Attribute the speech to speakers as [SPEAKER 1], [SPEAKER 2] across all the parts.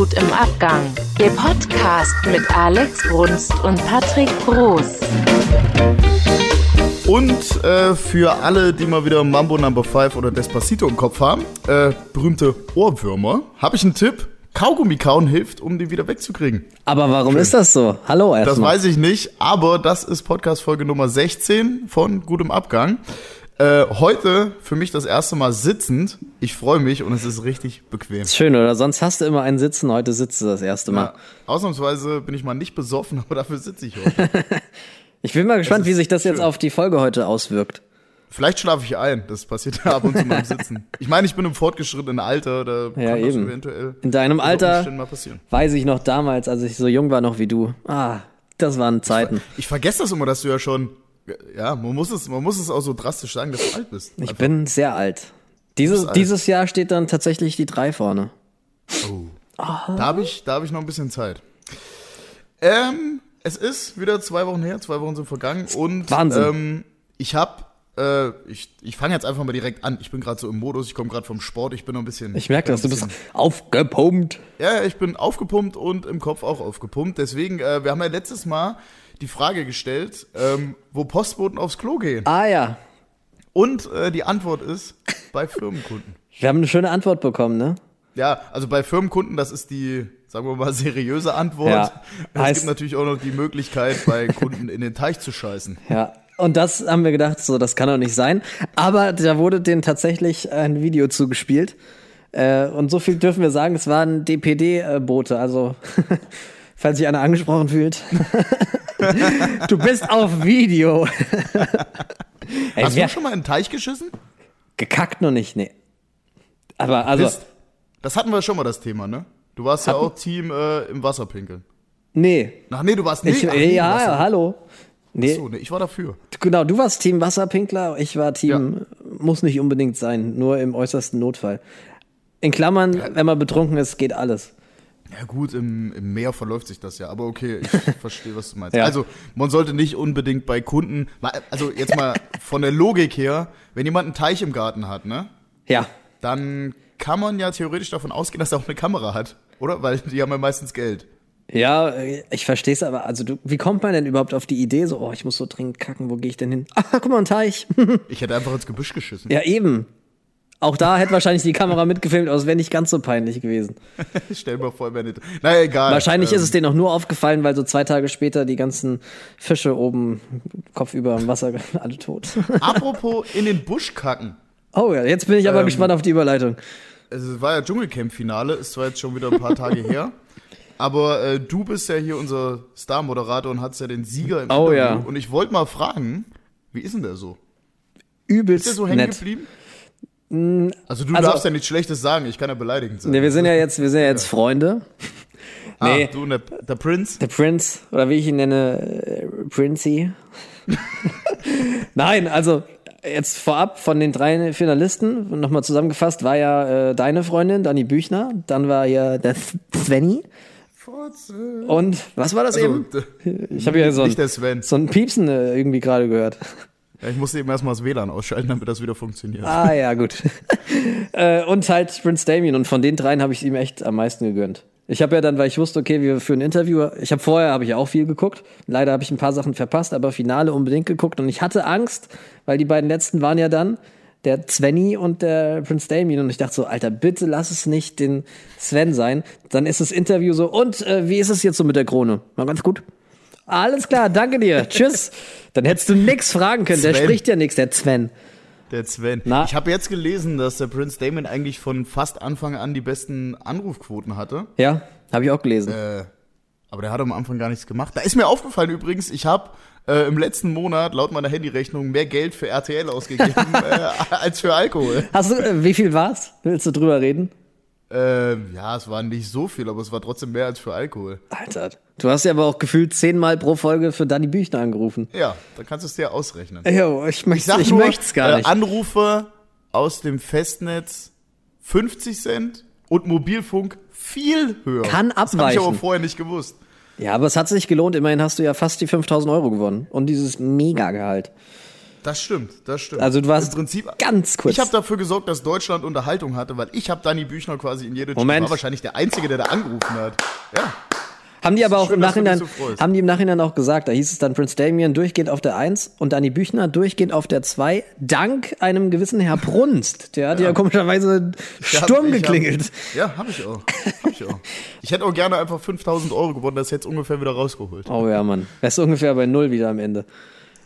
[SPEAKER 1] Abgang. Der Podcast mit Alex Brunst und Patrick Groß.
[SPEAKER 2] Und äh, für alle, die mal wieder Mambo Number 5 oder Despacito im Kopf haben, äh, berühmte Ohrwürmer, habe ich einen Tipp. Kaugummi kauen hilft, um die wieder wegzukriegen.
[SPEAKER 3] Aber warum ist das so? Hallo
[SPEAKER 2] Das
[SPEAKER 3] erstmal.
[SPEAKER 2] weiß ich nicht, aber das ist Podcast-Folge Nummer 16 von Gutem Abgang. Äh, heute für mich das erste Mal sitzend. Ich freue mich und es ist richtig bequem.
[SPEAKER 3] Ist Schön, oder? Sonst hast du immer einen Sitzen, heute sitzt du das erste Mal.
[SPEAKER 2] Ja, ausnahmsweise bin ich mal nicht besoffen, aber dafür sitze ich heute.
[SPEAKER 3] Ich bin mal gespannt,
[SPEAKER 2] ist
[SPEAKER 3] wie sich das jetzt
[SPEAKER 2] schön.
[SPEAKER 3] auf die Folge heute auswirkt.
[SPEAKER 2] Vielleicht schlafe ich ein, das passiert ja ab und zu mal im Sitzen. Ich meine, ich bin im fortgeschrittenen Alter, da
[SPEAKER 3] Ja,
[SPEAKER 2] kann das
[SPEAKER 3] eben.
[SPEAKER 2] eventuell
[SPEAKER 3] In deinem
[SPEAKER 2] unter
[SPEAKER 3] Alter-
[SPEAKER 2] Umständen mal passieren.
[SPEAKER 3] Weiß ich noch damals, als ich so jung war noch wie du. Ah, das waren Zeiten.
[SPEAKER 2] Ich vergesse das immer, dass du ja schon, ja, man muss es, man muss es auch so drastisch sagen, dass du alt bist.
[SPEAKER 3] Ich bin sehr alt. Dieses,
[SPEAKER 2] alt.
[SPEAKER 3] dieses Jahr steht dann tatsächlich die drei vorne.
[SPEAKER 2] Da habe ich, da hab ich noch ein bisschen Zeit. Ähm, es ist wieder zwei Wochen her, zwei Wochen sind vergangen und
[SPEAKER 3] Wahnsinn.
[SPEAKER 2] Ähm, ich habe, äh, ich, ich fange jetzt einfach mal direkt an. Ich bin gerade so im Modus, ich komme gerade vom Sport, ich bin noch ein bisschen.
[SPEAKER 3] Ich merke das, du
[SPEAKER 2] ein
[SPEAKER 3] bist
[SPEAKER 2] bisschen-
[SPEAKER 3] aufgepumpt.
[SPEAKER 2] Ja, ja, ich bin aufgepumpt und im Kopf auch aufgepumpt. Deswegen, äh, wir haben ja letztes Mal die Frage gestellt, ähm, wo Postboten aufs Klo gehen.
[SPEAKER 3] Ah ja,
[SPEAKER 2] Und äh, die Antwort ist bei Firmenkunden.
[SPEAKER 3] wir haben eine schöne Antwort bekommen, ne?
[SPEAKER 2] Ja, also bei Firmenkunden, das ist die, sagen wir mal, seriöse Antwort.
[SPEAKER 3] Ja.
[SPEAKER 2] Es
[SPEAKER 3] Heißt-
[SPEAKER 2] gibt natürlich auch noch die Möglichkeit, bei Kunden in den Teich zu scheißen.
[SPEAKER 3] Ja. Und das haben wir gedacht, so, das kann doch nicht sein. Aber da wurde denen tatsächlich ein Video zugespielt. Äh, und so viel dürfen wir sagen, es waren DPD-Boote. Also, falls sich einer angesprochen fühlt. du bist auf Video. Ey,
[SPEAKER 2] Hast
[SPEAKER 3] wer-
[SPEAKER 2] du schon mal in den Teich geschissen?
[SPEAKER 3] gekackt noch nicht, nee. Aber also,
[SPEAKER 2] Mist. Das hatten wir schon mal, das Thema, ne? Du warst ja auch Team äh, im Wasser pinkeln.
[SPEAKER 3] nee.
[SPEAKER 2] Ach nee, du warst
[SPEAKER 3] Ich, äh,
[SPEAKER 2] nicht. Ach, nee,
[SPEAKER 3] ja,
[SPEAKER 2] du warst-
[SPEAKER 3] hallo. Nee,
[SPEAKER 2] Achso, nee, ich war dafür.
[SPEAKER 3] Genau, du warst Team Wasserpinkler, ich war Team, muss nicht unbedingt sein, nur im äußersten Notfall. In Klammern, wenn man betrunken ist, geht alles.
[SPEAKER 2] Ja gut, im, im Meer verläuft sich das ja, aber okay, ich verstehe, was du meinst.
[SPEAKER 3] Ja.
[SPEAKER 2] Also man sollte nicht unbedingt bei Kunden, mal- also jetzt mal von der Logik her, wenn jemand einen Teich im Garten hat, ne,
[SPEAKER 3] Ja,
[SPEAKER 2] dann kann man ja theoretisch davon ausgehen, dass er auch eine Kamera hat, oder? Weil die haben ja meistens Geld.
[SPEAKER 3] ja, äh, ich verstehe es aber. Also, du, wie kommt man denn überhaupt auf die Idee, so, oh, ich muss so dringend kacken, wo gehe ich denn hin? Ah, guck mal, ein Teich.
[SPEAKER 2] Ich hätte einfach ins Gebüsch geschissen.
[SPEAKER 3] ja, eben. Auch da hätte wahrscheinlich die Kamera mitgefilmt, aber es wäre nicht ganz so peinlich gewesen.
[SPEAKER 2] Stell mir vor, wenn nicht. Naja, egal.
[SPEAKER 3] Wahrscheinlich
[SPEAKER 2] Ähm,
[SPEAKER 3] ist es denen auch nur aufgefallen, weil so zwei Tage später die ganzen Fische oben kopfüber im Wasser alle tot.
[SPEAKER 2] Apropos in den Busch kacken.
[SPEAKER 3] Oh ja, jetzt bin ich aber gespannt auf die Überleitung.
[SPEAKER 2] Also, Es war ja Dschungelcamp-Finale, ist zwar jetzt schon wieder ein paar Tage her, aber äh, du bist ja hier unser Star-Moderator und hast ja den Sieger im
[SPEAKER 3] Oh,
[SPEAKER 2] Interview.
[SPEAKER 3] ja.
[SPEAKER 2] Und ich wollte mal fragen, wie ist denn der so?
[SPEAKER 3] übelst
[SPEAKER 2] Ist der so hängen
[SPEAKER 3] nett.
[SPEAKER 2] geblieben? Also du
[SPEAKER 3] also-
[SPEAKER 2] darfst ja nichts Schlechtes sagen, ich kann ja beleidigend sein.
[SPEAKER 3] Nee, wir sind ja jetzt, wir sind ja jetzt Freunde. nee.
[SPEAKER 2] Ah, du und der, der Prinz?
[SPEAKER 3] Der Prince, oder wie ich ihn nenne, äh, Princey. Nein, also jetzt vorab von den drei Finalisten, nochmal zusammengefasst, war ja äh, deine Freundin, Dani Büchner, dann war ja der Svenny und was war das eben?
[SPEAKER 2] Also,
[SPEAKER 3] Ich habe ja so ein,
[SPEAKER 2] nicht der Sven.
[SPEAKER 3] so ein Piepsen äh, irgendwie gerade gehört.
[SPEAKER 2] Ja, ich musste eben erstmal das WLAN ausschalten, damit das wieder funktioniert.
[SPEAKER 3] Ah ja, gut. äh, und halt Prince Damien. Und von den dreien habe ich ihm echt am meisten gegönnt. Ich habe ja dann, weil ich wusste, okay, wir für ein Interview, ich habe vorher habe ich ja auch viel geguckt. Leider habe ich ein paar Sachen verpasst, aber Finale unbedingt geguckt. Und ich hatte Angst, weil die beiden letzten waren ja dann der Svenny und der Prince Damien. Und ich dachte so, Alter, bitte lass es nicht den Sven sein. Dann ist das Interview so, und äh, wie ist es jetzt so mit der Krone? War ganz gut. Alles klar, danke dir. Tschüss. Dann hättest du nix fragen können. Der
[SPEAKER 2] Sven.
[SPEAKER 3] spricht ja nix, der Sven.
[SPEAKER 2] Der Sven.
[SPEAKER 3] Na?
[SPEAKER 2] Ich habe jetzt gelesen, dass der Prinz Damon eigentlich von fast Anfang an die besten Anrufquoten hatte.
[SPEAKER 3] Ja, habe ich auch gelesen.
[SPEAKER 2] Aber der hat am Anfang gar nichts gemacht. Da ist mir aufgefallen übrigens, ich habe äh, im letzten Monat laut meiner Handyrechnung mehr Geld für RTL ausgegeben äh, als für Alkohol.
[SPEAKER 3] Hast du, äh, wie viel war's? Willst du drüber reden?
[SPEAKER 2] Ähm, ja, es war nicht so viel, aber es war trotzdem mehr als für Alkohol.
[SPEAKER 3] Alter. Du hast ja aber auch gefühlt zehnmal pro Folge für Danny Büchner angerufen.
[SPEAKER 2] Ja, da kannst du es dir ausrechnen.
[SPEAKER 3] Jo, ich möchte
[SPEAKER 2] sag
[SPEAKER 3] ich
[SPEAKER 2] nur,
[SPEAKER 3] möcht's gar
[SPEAKER 2] äh,
[SPEAKER 3] nicht.
[SPEAKER 2] Anrufe aus dem Festnetz 50 Cent und Mobilfunk viel höher.
[SPEAKER 3] Kann
[SPEAKER 2] Das habe ich aber
[SPEAKER 3] abweichen.
[SPEAKER 2] vorher nicht gewusst.
[SPEAKER 3] Ja, aber es hat sich gelohnt. Immerhin hast du ja fast die 5000 Euro gewonnen. Und dieses Mega-Gehalt.
[SPEAKER 2] Das stimmt, das stimmt.
[SPEAKER 3] Also du warst
[SPEAKER 2] Im Prinzip
[SPEAKER 3] ganz kurz.
[SPEAKER 2] Ich habe dafür gesorgt, dass Deutschland Unterhaltung hatte, weil ich habe Dani Büchner quasi in jede
[SPEAKER 3] Moment.
[SPEAKER 2] Ich war wahrscheinlich der Einzige, der da angerufen hat. Ja,
[SPEAKER 3] Haben die aber auch
[SPEAKER 2] schön,
[SPEAKER 3] im
[SPEAKER 2] dass du dich
[SPEAKER 3] Nachhinein,
[SPEAKER 2] so freust.
[SPEAKER 3] haben die im Nachhinein auch gesagt, da hieß es dann Prince Damien durchgehend auf der 1 und Dani Büchner durchgehend auf der 2, dank einem gewissen Herr Brunst. Der hat ja, komischerweise
[SPEAKER 2] Ja,
[SPEAKER 3] Sturm
[SPEAKER 2] ich hab-
[SPEAKER 3] geklingelt.
[SPEAKER 2] ja, habe ich auch. Hab ich auch. Ich hätte auch gerne einfach 5000 Euro gewonnen, das hätte ungefähr wieder rausgeholt.
[SPEAKER 3] Oh ja, Mann. Er ist ungefähr bei Null wieder am Ende.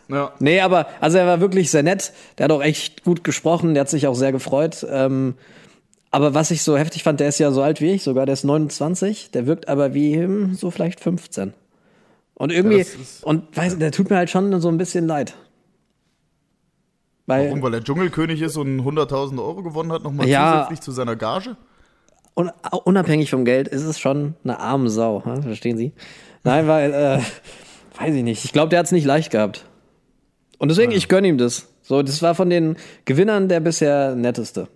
[SPEAKER 2] Ja.
[SPEAKER 3] Nee, aber also er war wirklich sehr nett. Der hat auch echt gut gesprochen. Der hat sich auch sehr gefreut. Ähm, aber was ich so heftig fand, der ist ja so alt wie ich sogar. Der ist 29. Der wirkt aber wie hm, so vielleicht 15. Und irgendwie,
[SPEAKER 2] das ist-
[SPEAKER 3] und weiß, der tut mir halt schon so ein bisschen leid. Weil,
[SPEAKER 2] Warum? Weil der Dschungelkönig ist und 100.000 Euro gewonnen hat, nochmal
[SPEAKER 3] Ja.
[SPEAKER 2] zusätzlich zu seiner Gage?
[SPEAKER 3] un unabhängig vom Geld ist es schon eine arme Sau. hm? Verstehen Sie? Nein, weil, äh, weiß ich nicht. Ich glaube, der hat es nicht leicht gehabt. Und deswegen, ich gönne ihm das. So, das war von den Gewinnern der bisher netteste.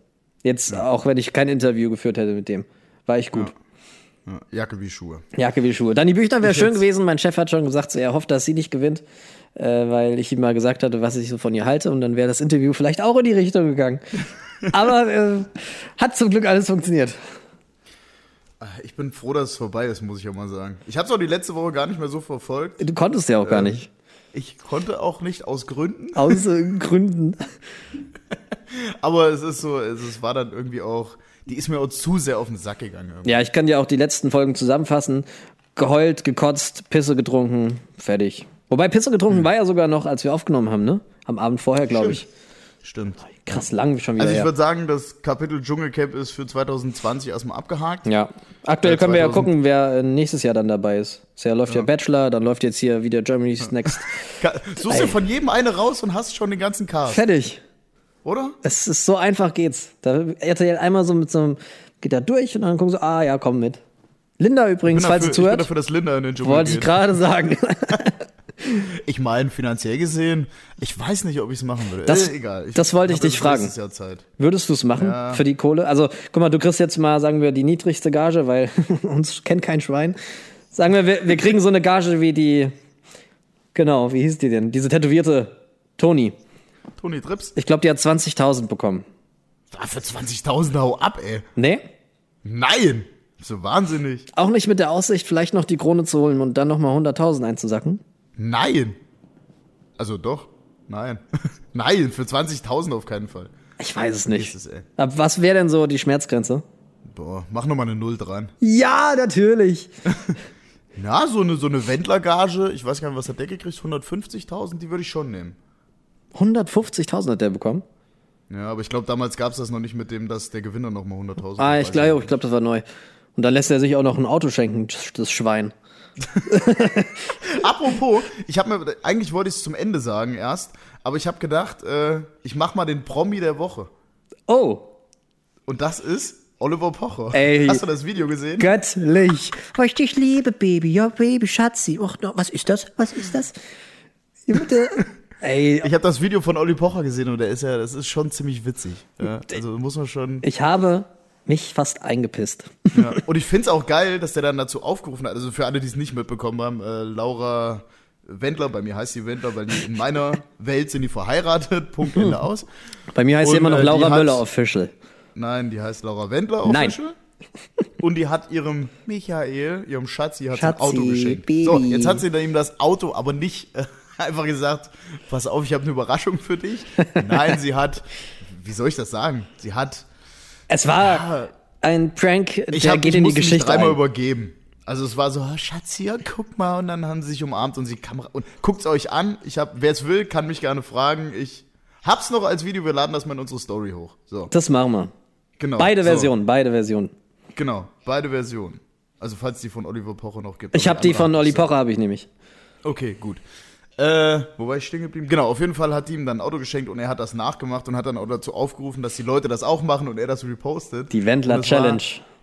[SPEAKER 3] Jetzt, auch wenn ich kein Interview geführt hätte mit dem, war ich gut.
[SPEAKER 2] Ja, Jacke wie Schuhe.
[SPEAKER 3] Jacke wie Schuhe. Dani Büchner wäre schön gewesen. Mein Chef hat schon gesagt, so, er hofft, dass sie nicht gewinnt, äh, weil ich ihm mal gesagt hatte, was ich so von ihr halte. Und dann wäre das Interview vielleicht auch in die Richtung gegangen. Aber äh, hat zum Glück alles funktioniert.
[SPEAKER 2] Ah, Ich bin froh, dass es vorbei ist, muss ich ja mal sagen. Ich habe es auch die letzte Woche gar nicht mehr so verfolgt.
[SPEAKER 3] Du konntest ja auch gar nicht.
[SPEAKER 2] Ich konnte auch nicht aus Gründen,
[SPEAKER 3] Aus äh, Gründen.
[SPEAKER 2] aber es ist so, es ist- war dann irgendwie auch, die ist mir auch zu sehr auf den Sack gegangen. irgendwie.
[SPEAKER 3] Ja, ich kann dir auch die letzten Folgen zusammenfassen. Geheult, gekotzt, Pisse getrunken, fertig. Wobei Pisse getrunken war ja sogar noch, als wir aufgenommen haben, ne? Am Abend vorher, glaube ich.
[SPEAKER 2] Stimmt.
[SPEAKER 3] Krass lang schon wieder.
[SPEAKER 2] Also ich
[SPEAKER 3] her.
[SPEAKER 2] würde sagen, das Kapitel Dschungelcamp ist für 2020 erstmal abgehakt.
[SPEAKER 3] ja. Aktuell
[SPEAKER 2] Äh,
[SPEAKER 3] können wir ja
[SPEAKER 2] 2000.
[SPEAKER 3] gucken, wer äh, nächstes Jahr dann dabei ist. Ist ja läuft ja, Bachelor, dann läuft jetzt hier wieder Germany's Next.
[SPEAKER 2] Ka- Suchst
[SPEAKER 3] Ey.
[SPEAKER 2] du von jedem eine raus und hast schon den ganzen Cast,
[SPEAKER 3] Fertig.
[SPEAKER 2] oder?
[SPEAKER 3] Es ist so einfach geht's. Da RTL einmal so mit so einem, geht da durch und dann gucken so, ah ja, komm mit. Linda
[SPEAKER 2] Ich
[SPEAKER 3] übrigens,
[SPEAKER 2] bin,
[SPEAKER 3] falls
[SPEAKER 2] dafür,
[SPEAKER 3] du
[SPEAKER 2] ich bin
[SPEAKER 3] zuhört,
[SPEAKER 2] dafür, dass Linda in den Dschungel
[SPEAKER 3] wollte ich
[SPEAKER 2] geht.
[SPEAKER 3] gerade sagen.
[SPEAKER 2] Ich meine, finanziell gesehen, ich weiß nicht, ob ich es machen würde.
[SPEAKER 3] Das-
[SPEAKER 2] Äh, egal.
[SPEAKER 3] das wollte ich
[SPEAKER 2] hab ja
[SPEAKER 3] dich
[SPEAKER 2] bis
[SPEAKER 3] fragen.
[SPEAKER 2] nächstes Jahr Zeit.
[SPEAKER 3] Würdest du es machen
[SPEAKER 2] Ja.
[SPEAKER 3] für die Kohle? Also, guck mal, du kriegst jetzt mal, sagen wir, die niedrigste Gage, weil uns kennt kein Schwein. Sagen wir, wir, wir kriegen so eine Gage wie die. Genau, wie hieß die denn? Diese tätowierte Toni.
[SPEAKER 2] Toni Trips,
[SPEAKER 3] Ich glaube, die hat 20.000 bekommen.
[SPEAKER 2] ah, für 20.000 hau ab, ey.
[SPEAKER 3] Nee?
[SPEAKER 2] Nein! So wahnsinnig.
[SPEAKER 3] Auch nicht mit der Aussicht, vielleicht noch die Krone zu holen und dann nochmal 100.000 einzusacken?
[SPEAKER 2] Nein! Also doch, nein. nein, für 20.000 auf keinen Fall.
[SPEAKER 3] Ich weiß es nicht.
[SPEAKER 2] Jesus, ey.
[SPEAKER 3] Ab was wäre denn so die Schmerzgrenze?
[SPEAKER 2] Boah, mach nochmal eine Null dran.
[SPEAKER 3] Ja, natürlich.
[SPEAKER 2] Na, so eine, so eine Wendlergage, ich weiß gar nicht, was hat der gekriegt, 150.000, die würde ich schon nehmen.
[SPEAKER 3] 150.000 hat der bekommen.
[SPEAKER 2] Ja, aber ich glaube, damals gab es das noch nicht mit dem, dass der Gewinner nochmal 100.000
[SPEAKER 3] Ah, ich
[SPEAKER 2] weiß
[SPEAKER 3] glaube, ich glaube, das war neu. Und dann lässt er sich auch noch ein Auto schenken, das Schwein.
[SPEAKER 2] Apropos, ich habe mir eigentlich wollte ich es zum Ende sagen erst, aber ich habe gedacht, äh, ich mach mal den Promi der Woche
[SPEAKER 3] Oh,
[SPEAKER 2] und das ist Oliver Pocher.
[SPEAKER 3] Ey.
[SPEAKER 2] Hast du das Video gesehen?
[SPEAKER 3] Göttlich. Weil ich dich liebe, Baby. Ja, Baby, Schatzi. Och, no, was ist das? Was ist das? Ja, bitte. Ey,
[SPEAKER 2] Ich habe das Video von Olli Pocher gesehen und der ist ja, das ist schon ziemlich witzig. Ja, also muss man schon.
[SPEAKER 3] ich habe mich fast eingepisst.
[SPEAKER 2] Ja. Und ich find's auch geil, dass der dann dazu aufgerufen hat. Also für alle, die es nicht mitbekommen haben, äh, Laura Wendler, bei mir heißt sie Wendler, weil die in meiner Welt sind die verheiratet. Punkt Ende aus.
[SPEAKER 3] Bei mir heißt sie
[SPEAKER 2] Und,
[SPEAKER 3] immer noch
[SPEAKER 2] äh, die
[SPEAKER 3] Laura
[SPEAKER 2] hat-
[SPEAKER 3] Möller Official.
[SPEAKER 2] Nein, die heißt Laura Wendler
[SPEAKER 3] Nein.
[SPEAKER 2] official. Und die hat ihrem Michael, ihrem Schatzi, hat sie ein
[SPEAKER 3] Schatzi,
[SPEAKER 2] Auto geschenkt.
[SPEAKER 3] Baby.
[SPEAKER 2] So, jetzt hat sie dann ihm das Auto, aber nicht äh, einfach gesagt, pass auf, ich habe eine Überraschung für dich. Nein, sie hat, wie soll ich das sagen? Sie hat,
[SPEAKER 3] Es war ein Prank,
[SPEAKER 2] ich
[SPEAKER 3] der
[SPEAKER 2] hab,
[SPEAKER 3] geht
[SPEAKER 2] ich
[SPEAKER 3] in die
[SPEAKER 2] musste mich
[SPEAKER 3] Geschichte
[SPEAKER 2] dreimal
[SPEAKER 3] ein.
[SPEAKER 2] übergeben. Also es war so, oh, Schatz hier, guck mal, und dann haben sie sich umarmt und sie Kamera und guckt's euch an. Ich hab, wer es will, kann mich gerne fragen. Ich hab's noch als Video, wir laden das mal in unsere Story hoch. So,
[SPEAKER 3] Das machen wir.
[SPEAKER 2] genau.
[SPEAKER 3] Beide
[SPEAKER 2] so.
[SPEAKER 3] Versionen, beide Versionen.
[SPEAKER 2] Genau, beide Versionen. Also falls die von Oliver Pocher noch gibt.
[SPEAKER 3] Ich
[SPEAKER 2] Aber
[SPEAKER 3] habe die
[SPEAKER 2] andere
[SPEAKER 3] von
[SPEAKER 2] hab
[SPEAKER 3] Olli
[SPEAKER 2] ich so.
[SPEAKER 3] Pocher, habe ich nämlich.
[SPEAKER 2] Okay, gut. Äh, wo war ich stehen geblieben? Genau, auf jeden Fall hat die ihm dann ein Auto geschenkt und er hat das nachgemacht und hat dann auch dazu aufgerufen, dass die Leute das auch machen und er das repostet.
[SPEAKER 3] Die Wendler
[SPEAKER 2] Und es war
[SPEAKER 3] Challenge.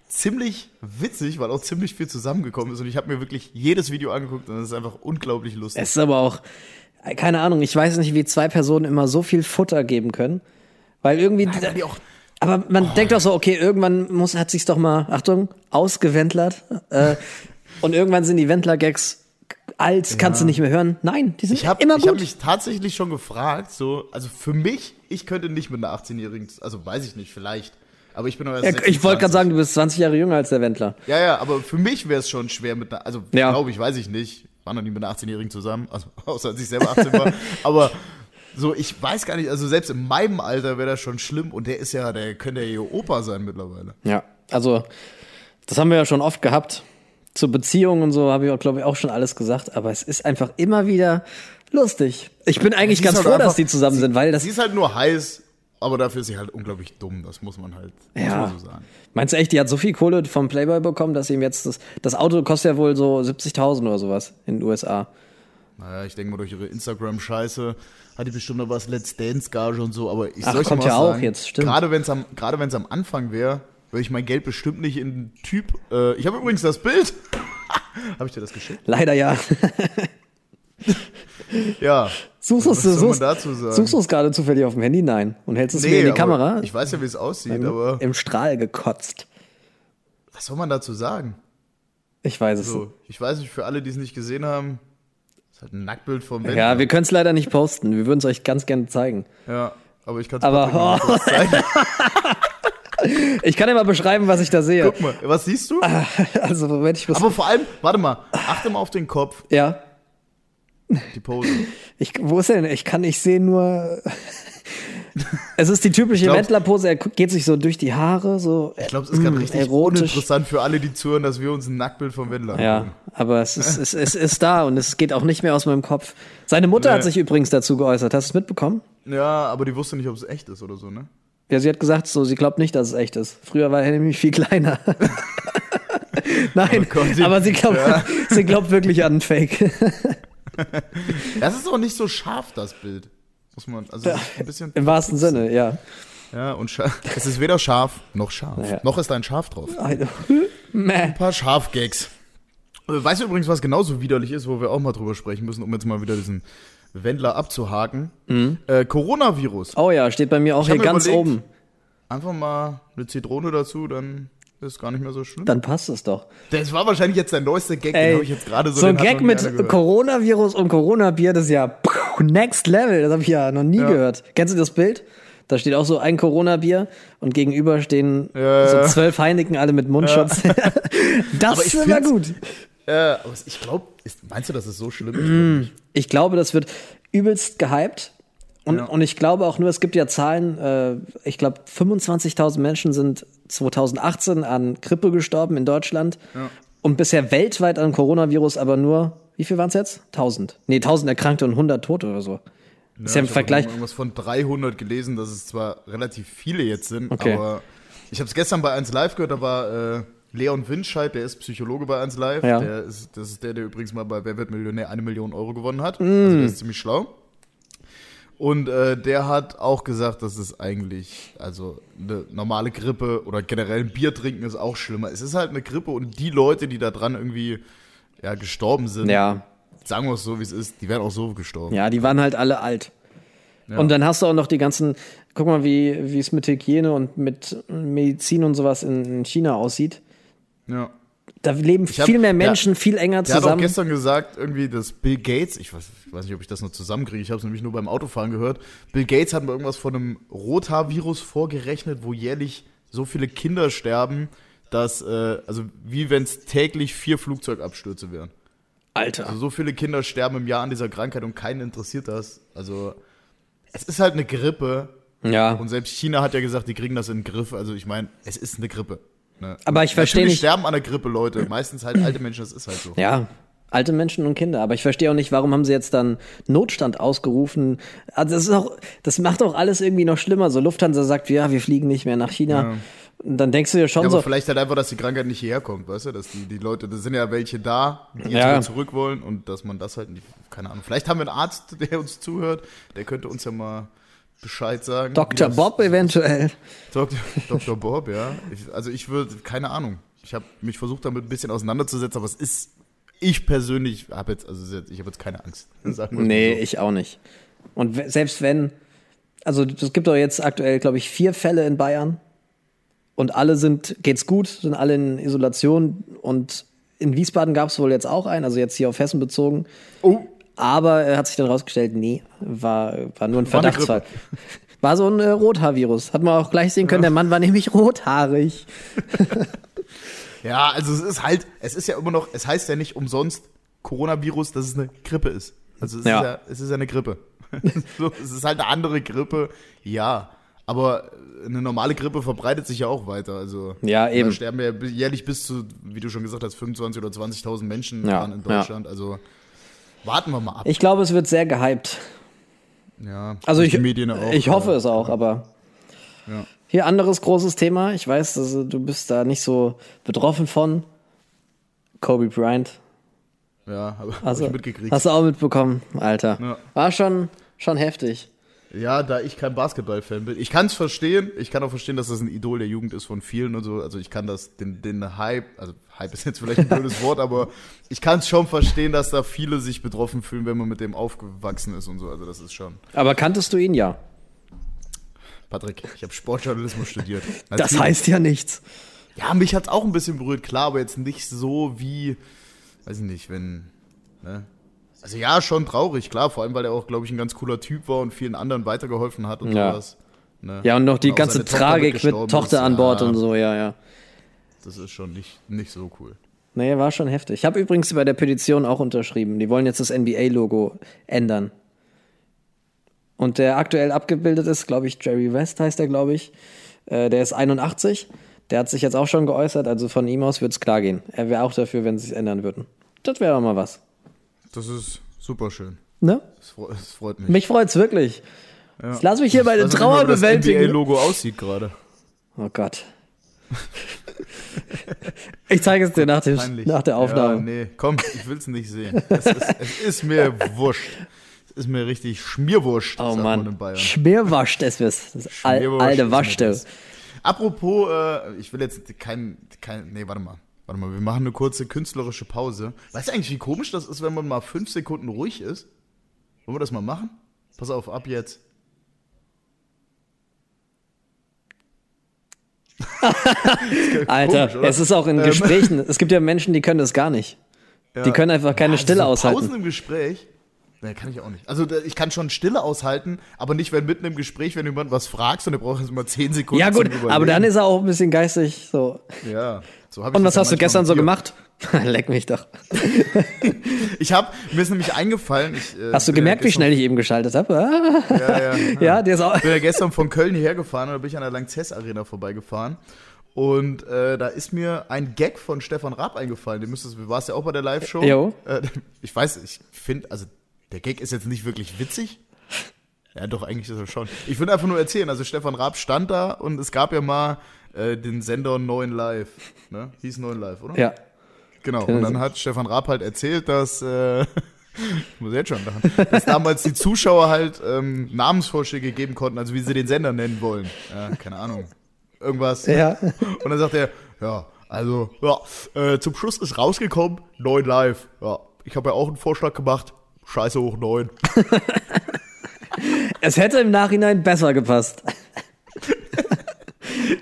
[SPEAKER 2] Ziemlich witzig, weil auch ziemlich viel zusammengekommen ist und ich habe mir wirklich jedes Video angeguckt und es ist einfach unglaublich lustig.
[SPEAKER 3] Es ist aber auch, keine Ahnung, ich weiß nicht, wie zwei Personen immer so viel Futter geben können. Weil irgendwie.
[SPEAKER 2] weil die auch-
[SPEAKER 3] aber man
[SPEAKER 2] Oh.
[SPEAKER 3] denkt doch so, okay, irgendwann muss, hat sich's doch mal, Achtung, ausgewendlert. Äh, und irgendwann sind die Wendler-Gags als kannst du nicht mehr hören. Nein, die sind
[SPEAKER 2] Ich habe
[SPEAKER 3] immer
[SPEAKER 2] hab
[SPEAKER 3] gut.
[SPEAKER 2] mich tatsächlich schon gefragt, so, also für mich, ich könnte nicht mit einer 18-Jährigen, also weiß ich nicht, vielleicht. Aber ich bin noch erst
[SPEAKER 3] Ja, Äh, ich wollte
[SPEAKER 2] 26.
[SPEAKER 3] gerade sagen, du bist 20 Jahre jünger als der Wendler.
[SPEAKER 2] Ja, ja, aber für mich wäre es schon schwer mit einer, also
[SPEAKER 3] Ja.
[SPEAKER 2] glaube ich, weiß ich nicht. War noch nie mit einer 18-Jährigen zusammen, also außer als ich selber 18 war. aber so, ich weiß gar nicht, also selbst in meinem Alter wäre das schon schlimm und der ist ja, der könnte ja ihr Opa sein mittlerweile.
[SPEAKER 3] Ja, also das haben wir ja schon oft gehabt. Zur Beziehung und so habe ich, glaube ich, auch schon alles gesagt. Aber es ist einfach immer wieder lustig. Ich bin eigentlich
[SPEAKER 2] Sie
[SPEAKER 3] ganz
[SPEAKER 2] ist halt
[SPEAKER 3] froh,
[SPEAKER 2] einfach-
[SPEAKER 3] dass die zusammen
[SPEAKER 2] sie,
[SPEAKER 3] sind, weil das.
[SPEAKER 2] Sie ist halt nur heiß, aber dafür ist sie halt unglaublich dumm, das muss man halt
[SPEAKER 3] Ja.
[SPEAKER 2] muss man so sagen.
[SPEAKER 3] Meinst du echt, die hat so viel Kohle vom Playboy bekommen, dass ihm jetzt das, das Auto kostet ja wohl so 70.000 oder sowas in den USA.
[SPEAKER 2] Naja, ich denke mal, durch ihre Instagram-Scheiße hat die bestimmt noch was Let's Dance-Gage und so, aber ich
[SPEAKER 3] Ach,
[SPEAKER 2] soll ich dir
[SPEAKER 3] kommt
[SPEAKER 2] mal was
[SPEAKER 3] ja auch
[SPEAKER 2] sagen,
[SPEAKER 3] jetzt, stimmt.
[SPEAKER 2] Gerade wenn es am, gerade wenn's am Anfang wäre, würde ich mein Geld bestimmt nicht in einen Typ. Äh, ich habe übrigens das Bild. habe ich dir das geschickt?
[SPEAKER 3] Leider ja.
[SPEAKER 2] Ja.
[SPEAKER 3] Suchst du es
[SPEAKER 2] soll man
[SPEAKER 3] suchst,
[SPEAKER 2] dazu sagen?
[SPEAKER 3] suchst du es gerade zufällig auf dem Handy? Nein. Und hältst es mir in die
[SPEAKER 2] aber
[SPEAKER 3] Kamera?
[SPEAKER 2] Ich weiß ja, wie es aussieht, aber
[SPEAKER 3] Im Strahl gekotzt.
[SPEAKER 2] was soll man dazu sagen?
[SPEAKER 3] Ich weiß es.
[SPEAKER 2] So, ich weiß nicht, für alle, die es nicht gesehen haben, ist halt ein Nacktbild vom Wendler.
[SPEAKER 3] Ja, wir können es leider nicht posten. Wir würden es euch ganz gerne zeigen.
[SPEAKER 2] ja aber ich kann es
[SPEAKER 3] Aber-
[SPEAKER 2] zeigen.
[SPEAKER 3] Ich kann dir mal beschreiben, was ich da sehe.
[SPEAKER 2] Guck mal, was siehst du?
[SPEAKER 3] Also, Moment, ich muss.
[SPEAKER 2] Aber vor allem, warte mal, achte mal auf den Kopf,
[SPEAKER 3] ja.
[SPEAKER 2] die Pose.
[SPEAKER 3] Ich, wo ist er denn? Ich kann nicht sehen, nur. es ist die typische
[SPEAKER 2] glaub-
[SPEAKER 3] Wendler-Pose. Er gu- geht sich so durch die Haare, so.
[SPEAKER 2] Ich glaube, es ist gerade
[SPEAKER 3] mm,
[SPEAKER 2] richtig
[SPEAKER 3] erotisch.
[SPEAKER 2] uninteressant für alle, die zuhören, dass wir uns ein Nacktbild vom Wendler
[SPEAKER 3] Ja,
[SPEAKER 2] angucken.
[SPEAKER 3] aber es ist, es, es ist da und es geht auch nicht mehr aus meinem Kopf. Seine Mutter hat
[SPEAKER 2] Nee.
[SPEAKER 3] sich übrigens dazu geäußert. Hast du es mitbekommen?
[SPEAKER 2] Ja, aber die wusste nicht, ob es echt ist oder so, ne?
[SPEAKER 3] Ja, sie hat gesagt, so, sie glaubt nicht, dass es echt ist. Früher war er nämlich viel kleiner. Nein,
[SPEAKER 2] Oh Gott, sie-
[SPEAKER 3] aber sie glaubt, sie glaubt wirklich an Fake.
[SPEAKER 2] Das ist auch nicht so scharf, das Bild. Muss man, also es ist ein bisschen.
[SPEAKER 3] Im wahrsten Sinne, ja.
[SPEAKER 2] Ja, und scharf. Es ist weder scharf noch scharf.
[SPEAKER 3] Naja.
[SPEAKER 2] Noch ist ein Schaf drauf. Ein
[SPEAKER 3] Meh.
[SPEAKER 2] paar Schafgags. Äh, Weißt du übrigens, was genauso widerlich ist, wo wir auch mal drüber sprechen müssen, um jetzt mal wieder diesen Wendler abzuhaken?
[SPEAKER 3] Mhm.
[SPEAKER 2] Äh, Coronavirus.
[SPEAKER 3] Oh ja, steht bei mir auch
[SPEAKER 2] hab
[SPEAKER 3] hier
[SPEAKER 2] mir
[SPEAKER 3] ganz
[SPEAKER 2] überlegt-
[SPEAKER 3] oben.
[SPEAKER 2] Einfach mal eine Zitrone dazu, dann ist es gar nicht mehr so schlimm.
[SPEAKER 3] Dann passt es doch.
[SPEAKER 2] Das war wahrscheinlich jetzt der neueste Gag, den
[SPEAKER 3] Ey,
[SPEAKER 2] habe ich jetzt gerade so
[SPEAKER 3] so ein
[SPEAKER 2] den hat noch
[SPEAKER 3] Gag
[SPEAKER 2] nie
[SPEAKER 3] mit
[SPEAKER 2] einer gehört.
[SPEAKER 3] Coronavirus und Corona-Bier, das ist ja puh, next level. Das habe ich ja noch nie
[SPEAKER 2] Ja.
[SPEAKER 3] gehört. Kennst du das Bild? Da steht auch so ein Corona-Bier und gegenüber stehen
[SPEAKER 2] Ja,
[SPEAKER 3] so
[SPEAKER 2] ja.
[SPEAKER 3] zwölf Heineken, alle mit Mundschutz. das
[SPEAKER 2] ich
[SPEAKER 3] ist immer
[SPEAKER 2] find's-
[SPEAKER 3] gut.
[SPEAKER 2] Äh, aber ich glaube, meinst du, das ist so schlimm?
[SPEAKER 3] Ich glaube, das wird übelst gehypt. Und,
[SPEAKER 2] Ja.
[SPEAKER 3] und ich glaube auch nur, es gibt ja Zahlen, äh, ich glaube 25.000 Menschen sind 2018 an Grippe gestorben in Deutschland und bisher weltweit an Coronavirus, aber nur, wie viel waren es jetzt? 1000. Nee, 1000 Erkrankte und 100 Tote oder so. ist ja im
[SPEAKER 2] ich hab
[SPEAKER 3] Vergleich.
[SPEAKER 2] auch irgendwas von 300 gelesen, dass es zwar relativ viele jetzt sind,
[SPEAKER 3] Okay.
[SPEAKER 2] aber ich habe es gestern bei 1 Live gehört, da war äh, Leon Winscheid, der ist Psychologe bei 1 Live.
[SPEAKER 3] Ja.
[SPEAKER 2] Der ist, das ist der, der übrigens mal bei Wer wird Millionär eine Million Euro gewonnen
[SPEAKER 3] Mm.
[SPEAKER 2] hat. Also der ist ziemlich schlau. Und äh, der hat auch gesagt, dass es eigentlich, also eine normale Grippe oder generell ein Bier trinken ist auch schlimmer. Es ist halt eine Grippe und die Leute, die da dran irgendwie ja, gestorben sind,
[SPEAKER 3] Ja,
[SPEAKER 2] sagen wir es so, wie es ist, die wären auch so gestorben.
[SPEAKER 3] ja, die waren halt alle alt. Und dann hast du auch noch die ganzen, guck mal, wie wie es mit Hygiene und mit Medizin und sowas in in China aussieht.
[SPEAKER 2] Ja.
[SPEAKER 3] Da leben
[SPEAKER 2] hab-
[SPEAKER 3] viel mehr
[SPEAKER 2] ja.
[SPEAKER 3] Menschen, viel enger
[SPEAKER 2] Der hat auch
[SPEAKER 3] zusammen.
[SPEAKER 2] gestern gesagt, irgendwie, dass Bill Gates, ich weiß, ich weiß nicht, ob ich das noch zusammenkriege, ich habe es nämlich nur beim Autofahren gehört, Bill Gates hat mir irgendwas von einem Rothaarvirus vorgerechnet, wo jährlich so viele Kinder sterben, dass, äh, also wie wenn es täglich vier Flugzeugabstürze wären.
[SPEAKER 3] Alter.
[SPEAKER 2] Also so viele Kinder sterben im Jahr an dieser Krankheit und keinen interessiert das. Also es ist halt eine Grippe
[SPEAKER 3] Ja.
[SPEAKER 2] und selbst China hat ja gesagt, die kriegen das in den Griff. Also ich meine, es ist eine Grippe. Ne?
[SPEAKER 3] Aber ich verstehe
[SPEAKER 2] Natürlich
[SPEAKER 3] nicht-
[SPEAKER 2] sterben an der Grippe Leute, meistens halt alte Menschen, das ist halt so.
[SPEAKER 3] Ja, alte Menschen und Kinder. Aber ich verstehe auch nicht, warum haben sie jetzt dann Notstand ausgerufen. Also das ist auch, das macht auch alles irgendwie noch schlimmer. So Lufthansa sagt, ja, wir fliegen nicht mehr nach China. Und dann denkst du dir schon
[SPEAKER 2] Ja, aber
[SPEAKER 3] so,
[SPEAKER 2] vielleicht halt einfach, dass die Krankheit nicht hierher kommt, weißt du? Dass die, die Leute, da sind ja welche da, die jetzt
[SPEAKER 3] Ja.
[SPEAKER 2] wieder zurück wollen und dass man das halt nicht, keine Ahnung. Vielleicht haben wir einen Arzt, der uns zuhört, der könnte uns ja mal Bescheid sagen. wie
[SPEAKER 3] Dr.
[SPEAKER 2] das-
[SPEAKER 3] Bob eventuell.
[SPEAKER 2] Dr. Dr. Bob, ja. Ich, also ich würde, keine Ahnung. Ich habe mich versucht, damit ein bisschen auseinanderzusetzen, aber es ist, ich persönlich habe jetzt, also es ist jetzt- ich habe jetzt keine Angst. Sagen wir's mal
[SPEAKER 3] Nee,
[SPEAKER 2] so.
[SPEAKER 3] ich auch nicht. Und we- selbst wenn, also es gibt doch jetzt aktuell, glaube ich, vier Fälle in Bayern und alle sind, geht's gut, sind alle in Isolation und in Wiesbaden gab es wohl jetzt auch einen, also jetzt hier auf Hessen bezogen.
[SPEAKER 2] Oh,
[SPEAKER 3] Aber er hat sich dann rausgestellt, nee, war, war nur ein Verdachtsfall. War so ein äh, Rothaarvirus. Hat man auch gleich sehen können, der Mann war nämlich rothaarig.
[SPEAKER 2] ja, also es ist halt, es ist ja immer noch, es heißt ja nicht umsonst Coronavirus, dass es eine Grippe ist. Also es
[SPEAKER 3] Ja.
[SPEAKER 2] ist ja, es ist ja eine Grippe. so, es ist halt eine andere Grippe, ja. Aber eine normale Grippe verbreitet sich ja auch weiter. Also
[SPEAKER 3] Ja, eben.
[SPEAKER 2] Da sterben ja bi- jährlich bis zu, wie du schon gesagt hast, 25 oder 20.000 Menschen
[SPEAKER 3] Ja,
[SPEAKER 2] dran in
[SPEAKER 3] ja.
[SPEAKER 2] Deutschland. Also warten wir mal ab.
[SPEAKER 3] Ich glaube, es wird sehr gehypt.
[SPEAKER 2] ja,
[SPEAKER 3] Also
[SPEAKER 2] durch
[SPEAKER 3] ich,
[SPEAKER 2] die Medien auch.
[SPEAKER 3] ich hoffe
[SPEAKER 2] Ja.
[SPEAKER 3] es auch, aber.
[SPEAKER 2] Ja.
[SPEAKER 3] Hier anderes großes Thema. Ich weiß, dass äh, du bist da nicht so betroffen von. Kobe Bryant.
[SPEAKER 2] Ja, habe hab
[SPEAKER 3] Also,
[SPEAKER 2] ich mitgekriegt.
[SPEAKER 3] Hast du auch mitbekommen, Alter.
[SPEAKER 2] Ja.
[SPEAKER 3] War schon, schon heftig.
[SPEAKER 2] Ja, da ich kein Basketball-Fan bin. Ich kann's verstehen. Ich kann auch verstehen, dass das ein Idol der Jugend ist von vielen und so. Also ich kann das, den, den Hype, also Hype ist jetzt vielleicht ein blödes Wort, aber ich kann's schon verstehen, dass da viele sich betroffen fühlen, wenn man mit dem aufgewachsen ist und so. Also das ist schon.
[SPEAKER 3] Aber kanntest du ihn ja?
[SPEAKER 2] Patrick, ich habe Sportjournalismus studiert.
[SPEAKER 3] Das
[SPEAKER 2] Natürlich.
[SPEAKER 3] heißt ja nichts.
[SPEAKER 2] Ja, mich hat's auch ein bisschen berührt, klar, aber jetzt nicht so wie, weiß ich nicht, wenn, ne? Also ja, schon traurig, klar, vor allem, weil er auch, glaube ich, ein ganz cooler Typ war und vielen anderen weitergeholfen hat und
[SPEAKER 3] Ja.
[SPEAKER 2] sowas. Ne?
[SPEAKER 3] Ja, und noch die
[SPEAKER 2] auch
[SPEAKER 3] ganze
[SPEAKER 2] seine Tochter
[SPEAKER 3] Tragik mit
[SPEAKER 2] gestorben
[SPEAKER 3] Tochter
[SPEAKER 2] ist.
[SPEAKER 3] an Bord
[SPEAKER 2] Ja,
[SPEAKER 3] und so, ja, ja.
[SPEAKER 2] Das ist schon nicht, nicht so cool.
[SPEAKER 3] Nee, war schon heftig. Ich habe übrigens bei der Petition auch unterschrieben. Die wollen jetzt das NBA-Logo ändern. Und der aktuell abgebildet ist, glaube ich, Jerry West heißt er, glaube ich. Äh, der ist 81. Der hat sich jetzt auch schon geäußert, also von ihm aus wird's klar gehen. Er wäre auch dafür, wenn sie es ändern würden. Das wäre doch mal was.
[SPEAKER 2] Das ist super schön.
[SPEAKER 3] Ne?
[SPEAKER 2] Es freut, es freut mich.
[SPEAKER 3] Mich freut's wirklich. Jetzt lass mich hier bei der
[SPEAKER 2] Ich weiß auch nicht,
[SPEAKER 3] Trauer
[SPEAKER 2] ob Das
[SPEAKER 3] bewältigen.
[SPEAKER 2] NBA-Logo aussieht gerade.
[SPEAKER 3] Oh Gott. ich zeige es dir nach, dem,
[SPEAKER 2] Peinlich.
[SPEAKER 3] nach der Aufnahme.
[SPEAKER 2] Ja, nee, komm, ich will's nicht sehen. Es ist, es ist mir wurscht. Es ist mir richtig schmierwurscht,
[SPEAKER 3] Oh
[SPEAKER 2] sagt man in
[SPEAKER 3] Mann,
[SPEAKER 2] Bayern.
[SPEAKER 3] Schmierwasch, das wär's. Das al-
[SPEAKER 2] Schmierwurst
[SPEAKER 3] alte
[SPEAKER 2] ist
[SPEAKER 3] Waschte.
[SPEAKER 2] mit S. Apropos, äh, ich will jetzt kein, kein, nee, warte mal. Warte mal, wir machen eine kurze künstlerische Pause. Weißt du eigentlich, wie komisch das ist, wenn man mal fünf Sekunden ruhig ist? Wollen wir das mal machen? Pass auf, ab jetzt.
[SPEAKER 3] Alter,
[SPEAKER 2] komisch, oder? Ähm.
[SPEAKER 3] es ist auch in Gesprächen. Es gibt ja Menschen, die können das gar nicht. Die können einfach keine Stille
[SPEAKER 2] so
[SPEAKER 3] aushalten.
[SPEAKER 2] Ah, Pausen im Gespräch? Nee, kann ich auch nicht. Also da- ich kann schon Stille aushalten, aber nicht, wenn mitten im Gespräch, wenn jemand was fragst und er braucht erstmal zehn Sekunden
[SPEAKER 3] Ja gut,
[SPEAKER 2] zum Überlegen.
[SPEAKER 3] aber dann ist er auch ein bisschen geistig. So.
[SPEAKER 2] Ja. So hab ich
[SPEAKER 3] Und
[SPEAKER 2] das
[SPEAKER 3] was
[SPEAKER 2] ja
[SPEAKER 3] hast du
[SPEAKER 2] manchmal
[SPEAKER 3] gestern
[SPEAKER 2] mit
[SPEAKER 3] so
[SPEAKER 2] dir.
[SPEAKER 3] gemacht? Leck mich doch.
[SPEAKER 2] Ich habe mir ist nämlich eingefallen. Ich, äh,
[SPEAKER 3] Hast du
[SPEAKER 2] bin
[SPEAKER 3] gemerkt,
[SPEAKER 2] ja
[SPEAKER 3] wie schnell ich eben geschaltet habe? Ah.
[SPEAKER 2] Ja, ja.
[SPEAKER 3] Ja, der ist auch.
[SPEAKER 2] bin ja gestern von Köln hierher gefahren und da bin ich an der Lanxess Arena vorbeigefahren. Und äh, da ist mir ein Gag von Stefan Raab eingefallen. Den müsstest, du warst ja auch bei der Live-Show.
[SPEAKER 3] Jo.
[SPEAKER 2] Äh, ich weiß, ich finde, also der Gag ist jetzt nicht wirklich witzig. Ja, doch, eigentlich ist er schon. Ich will einfach nur erzählen. Also Stefan Raab stand da und es gab ja mal äh, den Sender 9 Live. Ne? Hieß 9 Live, oder?
[SPEAKER 3] Ja.
[SPEAKER 2] Genau, und dann hat Stefan Raab halt erzählt, dass, äh, ich muss jetzt schon lachen, dass damals die Zuschauer halt ähm, Namensvorschläge geben konnten, also wie sie den Sender nennen wollen. Ja, keine Ahnung. Irgendwas.
[SPEAKER 3] Ja.
[SPEAKER 2] Und dann sagt er, ja, also, ja, äh, zum Schluss ist rausgekommen, 9 live. Ja, ich habe ja auch einen Vorschlag gemacht, scheiße hoch 9.
[SPEAKER 3] Es hätte im Nachhinein besser gepasst.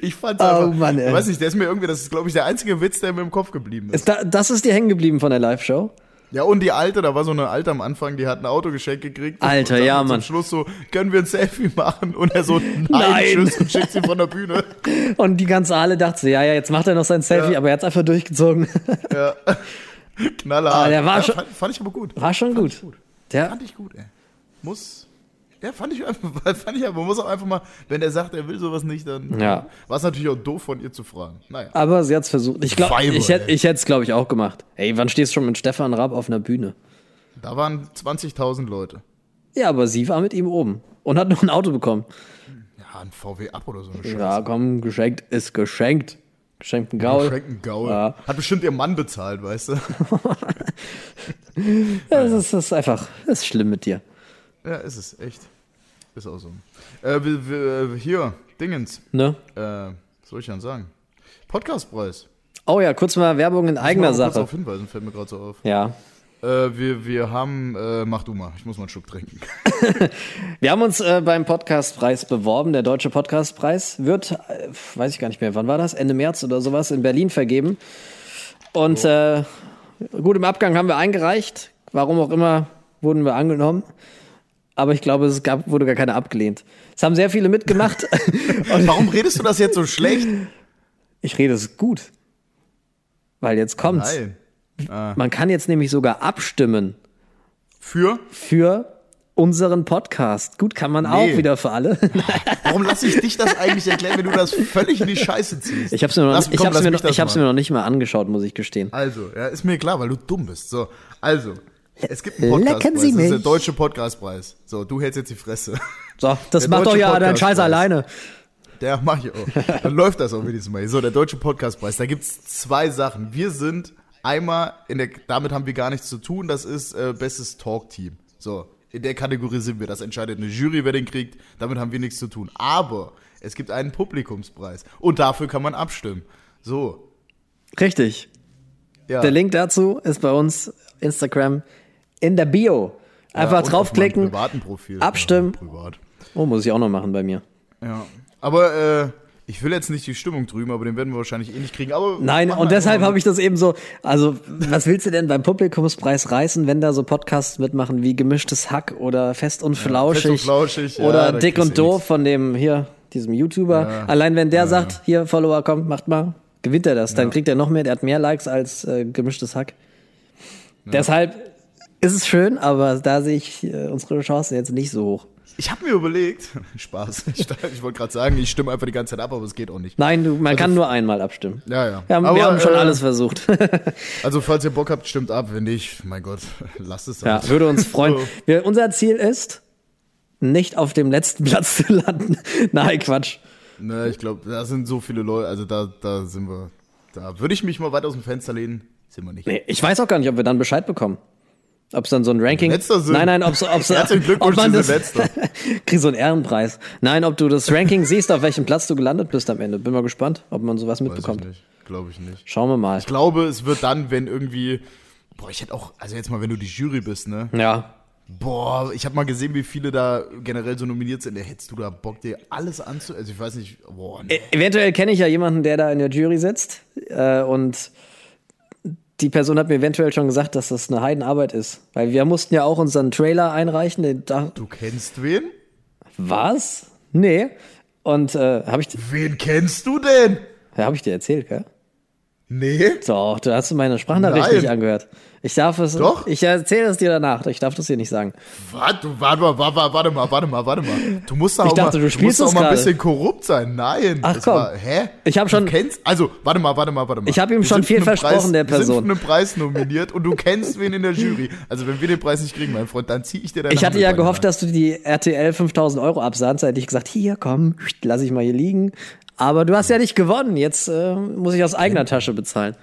[SPEAKER 2] Ich fand's
[SPEAKER 3] Oh
[SPEAKER 2] einfach,
[SPEAKER 3] Mann, ey.
[SPEAKER 2] weiß nicht, der ist mir irgendwie, das ist glaube ich der einzige Witz, der mir im Kopf geblieben ist.
[SPEAKER 3] Ist da, das ist dir hängen geblieben von der Live-Show?
[SPEAKER 2] Ja, und die Alte, da war so eine Alte am Anfang, die hat ein Auto geschenkt gekriegt.
[SPEAKER 3] Alter,
[SPEAKER 2] und dann
[SPEAKER 3] ja,
[SPEAKER 2] Zum
[SPEAKER 3] Mann.
[SPEAKER 2] Schluss so, können wir ein Selfie machen? Und er so, nein,
[SPEAKER 3] Nein.
[SPEAKER 2] tschüss, und schickt sie von der Bühne.
[SPEAKER 3] Und die ganze Halle dachte, so, ja, ja, jetzt macht er noch sein Selfie,
[SPEAKER 2] Ja.
[SPEAKER 3] aber er hat's einfach durchgezogen.
[SPEAKER 2] Knaller.
[SPEAKER 3] Ah, der war
[SPEAKER 2] ja,
[SPEAKER 3] schon-
[SPEAKER 2] fand, fand ich aber gut.
[SPEAKER 3] War schon gut. Ja,
[SPEAKER 2] Fand ich gut, ey. Muss, ja, fand ich einfach, fand ich aber, man muss auch einfach mal, wenn er sagt, er will sowas nicht, dann
[SPEAKER 3] Ja.
[SPEAKER 2] war es natürlich auch doof von ihr zu fragen. Naja.
[SPEAKER 3] aber sie hat's versucht. Ich glaube,
[SPEAKER 2] Weiber,
[SPEAKER 3] ich, hätt-
[SPEAKER 2] ey.
[SPEAKER 3] ich hätte es, glaube ich, auch gemacht. Ey, wann stehst du schon mit Stefan Raab auf einer Bühne?
[SPEAKER 2] Da waren 20.000 Leute.
[SPEAKER 3] Ja, aber sie war mit ihm oben und hat noch ein Auto bekommen.
[SPEAKER 2] Ja, ein VW ab oder so eine Scheiße.
[SPEAKER 3] Ja, komm, geschenkt ist geschenkt. Geschenkten Gaul.
[SPEAKER 2] Franken Gaul.
[SPEAKER 3] Ja.
[SPEAKER 2] Hat bestimmt ihr Mann bezahlt, weißt du?
[SPEAKER 3] Ja, das, ist, das ist einfach, das ist schlimm mit dir.
[SPEAKER 2] Ja, ist es, echt. Ist auch so. Äh, wir, wir, hier, Dingens.
[SPEAKER 3] Ne?
[SPEAKER 2] Äh, was soll ich denn sagen? Podcastpreis.
[SPEAKER 3] Oh ja, kurz mal Werbung in
[SPEAKER 2] Ich muss
[SPEAKER 3] eigener
[SPEAKER 2] mal kurz
[SPEAKER 3] Sache.
[SPEAKER 2] darauf hinweisen, fällt mir gerade so auf.
[SPEAKER 3] Ja.
[SPEAKER 2] Äh, wir, wir haben, äh, mach du mal, ich muss mal einen Schluck trinken.
[SPEAKER 3] Wir haben uns äh, beim Podcastpreis beworben. Der Deutsche Podcastpreis wird, äh, weiß ich gar nicht mehr, wann war das? Ende März oder sowas in Berlin vergeben. Und
[SPEAKER 2] Oh.
[SPEAKER 3] äh, gut, im Abgang haben wir eingereicht. Warum auch immer wurden wir angenommen. Aber ich glaube, es gab, wurde gar keine abgelehnt. Es haben sehr viele mitgemacht.
[SPEAKER 2] Warum redest du das jetzt so schlecht?
[SPEAKER 3] ich rede es gut. Weil jetzt kommt's.
[SPEAKER 2] Nein.
[SPEAKER 3] Man kann jetzt nämlich sogar abstimmen
[SPEAKER 2] Für?
[SPEAKER 3] für unseren Podcast. Gut, kann man auch wieder für alle.
[SPEAKER 2] Warum lasse ich dich das eigentlich erklären, wenn du das völlig in die Scheiße ziehst?
[SPEAKER 3] Ich habe es mir, noch
[SPEAKER 2] Lass-
[SPEAKER 3] nicht- ich
[SPEAKER 2] komm,
[SPEAKER 3] hab's
[SPEAKER 2] lass
[SPEAKER 3] mir,
[SPEAKER 2] mich
[SPEAKER 3] noch-
[SPEAKER 2] das
[SPEAKER 3] ich hab's mir
[SPEAKER 2] machen.
[SPEAKER 3] noch nicht mal angeschaut, muss ich gestehen.
[SPEAKER 2] Also, ja, ist mir klar, weil du dumm bist. So, also, es gibt einen Podcastpreis.
[SPEAKER 3] Lecken Sie
[SPEAKER 2] Das ist der
[SPEAKER 3] mich.
[SPEAKER 2] deutsche Podcastpreis. So, du hältst jetzt die Fresse.
[SPEAKER 3] So, das
[SPEAKER 2] Der
[SPEAKER 3] macht doch
[SPEAKER 2] deutsche
[SPEAKER 3] ja dein Scheiß
[SPEAKER 2] Podcastpreis.
[SPEAKER 3] alleine.
[SPEAKER 2] Der mach ich auch. Dann läuft das auch wenigstens mal. So, der Deutsche Podcastpreis. Da gibt's zwei Sachen. Wir sind einmal in der, damit haben wir gar nichts zu tun. Das ist äh, bestes Talk-Team. So, in der Kategorie sind wir. Das entscheidet eine Jury, wer den kriegt. Damit haben wir nichts zu tun. Aber es gibt einen Publikumspreis. Und dafür kann man abstimmen. So.
[SPEAKER 3] Richtig.
[SPEAKER 2] Ja.
[SPEAKER 3] Der Link dazu ist bei uns Instagram in der Bio.
[SPEAKER 2] und
[SPEAKER 3] Einfach
[SPEAKER 2] auf meinem
[SPEAKER 3] draufklicken.
[SPEAKER 2] Privaten Profil.
[SPEAKER 3] abstimmen.
[SPEAKER 2] Ja, privat.
[SPEAKER 3] Oh, muss ich auch noch machen bei mir.
[SPEAKER 2] Ja. Aber äh, ich will jetzt nicht die Stimmung drüben, aber den werden wir wahrscheinlich eh nicht kriegen. Aber
[SPEAKER 3] Nein, und deshalb
[SPEAKER 2] genau.
[SPEAKER 3] habe ich das eben so. Also, was willst du denn beim Publikumspreis reißen, wenn da so Podcasts mitmachen wie gemischtes Hack oder Fest und Flauschig,
[SPEAKER 2] Fest und Flauschig, ja,
[SPEAKER 3] oder
[SPEAKER 2] da
[SPEAKER 3] Dick
[SPEAKER 2] kriegst
[SPEAKER 3] und
[SPEAKER 2] du eh
[SPEAKER 3] Doof von dem hier, diesem YouTuber?
[SPEAKER 2] Ja,
[SPEAKER 3] Allein wenn der sagt, hier Follower kommt, macht mal, gewinnt er das, dann kriegt er noch mehr, der hat mehr Likes als äh, gemischtes Hack. Deshalb ist es schön, aber da sehe ich äh, unsere Chancen jetzt nicht so hoch.
[SPEAKER 2] Ich habe mir überlegt, Spaß, ich, ich wollte gerade sagen, ich stimme einfach die ganze Zeit ab, aber es geht auch nicht.
[SPEAKER 3] Nein, du, man kann nur einmal abstimmen.
[SPEAKER 2] Also Ja, ja.
[SPEAKER 3] Wir haben,
[SPEAKER 2] Aber,
[SPEAKER 3] wir haben schon
[SPEAKER 2] äh,
[SPEAKER 3] alles versucht.
[SPEAKER 2] Also falls ihr Bock habt, stimmt ab, wenn nicht, mein Gott, lasst es
[SPEAKER 3] Ja,
[SPEAKER 2] halt.
[SPEAKER 3] würde uns freuen.
[SPEAKER 2] So.
[SPEAKER 3] Wir, unser Ziel ist, nicht auf dem letzten Platz zu landen. Nein, Quatsch.
[SPEAKER 2] Ne, ich glaube, da sind so viele Leute, also da, da sind wir, da würde ich mich mal weit aus dem Fenster lehnen, sind wir nicht.
[SPEAKER 3] Nee, ich weiß auch gar nicht, ob wir dann Bescheid bekommen. Ob es dann so ein Ranking.
[SPEAKER 2] Letzter sind.
[SPEAKER 3] Nein, nein, ob's, ob's,
[SPEAKER 2] Herzlichen Glückwunsch
[SPEAKER 3] ob man
[SPEAKER 2] zu
[SPEAKER 3] das,
[SPEAKER 2] Silvester.
[SPEAKER 3] Krieg so einen Ehrenpreis. Nein, ob du das Ranking siehst, auf welchem Platz du gelandet bist am Ende. Bin mal gespannt, ob man sowas
[SPEAKER 2] Weiß
[SPEAKER 3] mitbekommt.
[SPEAKER 2] ich nicht, glaube ich nicht.
[SPEAKER 3] Schauen wir mal.
[SPEAKER 2] Ich glaube, es wird dann, wenn irgendwie, boah, ich hätte auch, also jetzt mal, wenn du die Jury bist, ne?
[SPEAKER 3] Ja.
[SPEAKER 2] Boah, ich habe mal gesehen, wie viele da generell so nominiert sind. Ey, Hättest du da Bock, dir alles anzu... Also ich weiß nicht, boah, nee.
[SPEAKER 3] E eventuell kenne ich ja jemanden, der da in der Jury sitzt. Äh, und die Person hat mir eventuell schon gesagt, dass das eine Heidenarbeit ist. Weil wir mussten ja auch unseren Trailer einreichen. Den, da,
[SPEAKER 2] Du kennst wen?
[SPEAKER 3] Was? Nee. Und äh, habe ich, ja,
[SPEAKER 2] Wen kennst du denn?
[SPEAKER 3] hab ich dir erzählt, gell?
[SPEAKER 2] Nee?
[SPEAKER 3] Doch, du hast meine Sprachnachricht
[SPEAKER 2] Nein.
[SPEAKER 3] nicht angehört. Ich darf es.
[SPEAKER 2] Doch.
[SPEAKER 3] Ich erzähle es dir danach. Ich darf das hier nicht sagen.
[SPEAKER 2] Warte, du- warte mal, warte mal, warte mal, warte mal, warte mal. Du musst da
[SPEAKER 3] Ich
[SPEAKER 2] auch
[SPEAKER 3] dachte, du
[SPEAKER 2] mal, musst
[SPEAKER 3] spielst
[SPEAKER 2] da
[SPEAKER 3] es
[SPEAKER 2] auch mal ein
[SPEAKER 3] gerade.
[SPEAKER 2] bisschen korrupt sein. Nein.
[SPEAKER 3] Ach,
[SPEAKER 2] es
[SPEAKER 3] komm.
[SPEAKER 2] War, hä?
[SPEAKER 3] Ich hab schon-
[SPEAKER 2] Du kennst, also, warte mal, warte mal, warte mal.
[SPEAKER 3] Ich hab ihm
[SPEAKER 2] Wir
[SPEAKER 3] schon
[SPEAKER 2] sind
[SPEAKER 3] viel
[SPEAKER 2] für einen Preis,
[SPEAKER 3] versprochen, der
[SPEAKER 2] Wir sind
[SPEAKER 3] Person.
[SPEAKER 2] für einen Preis nominiert und du kennst wen in der Jury. Also, wenn wir den Preis nicht kriegen, mein Freund, dann zieh ich dir deine
[SPEAKER 3] Ich hatte
[SPEAKER 2] Hand
[SPEAKER 3] ja
[SPEAKER 2] über die
[SPEAKER 3] gehofft,
[SPEAKER 2] Hand.
[SPEAKER 3] dass du die RTL 5000 Euro absahnst. Da hätte ich gesagt, hier, komm, lass ich mal hier liegen. Aber du hast ja nicht gewonnen. Jetzt äh, muss ich aus eigener Tasche bezahlen.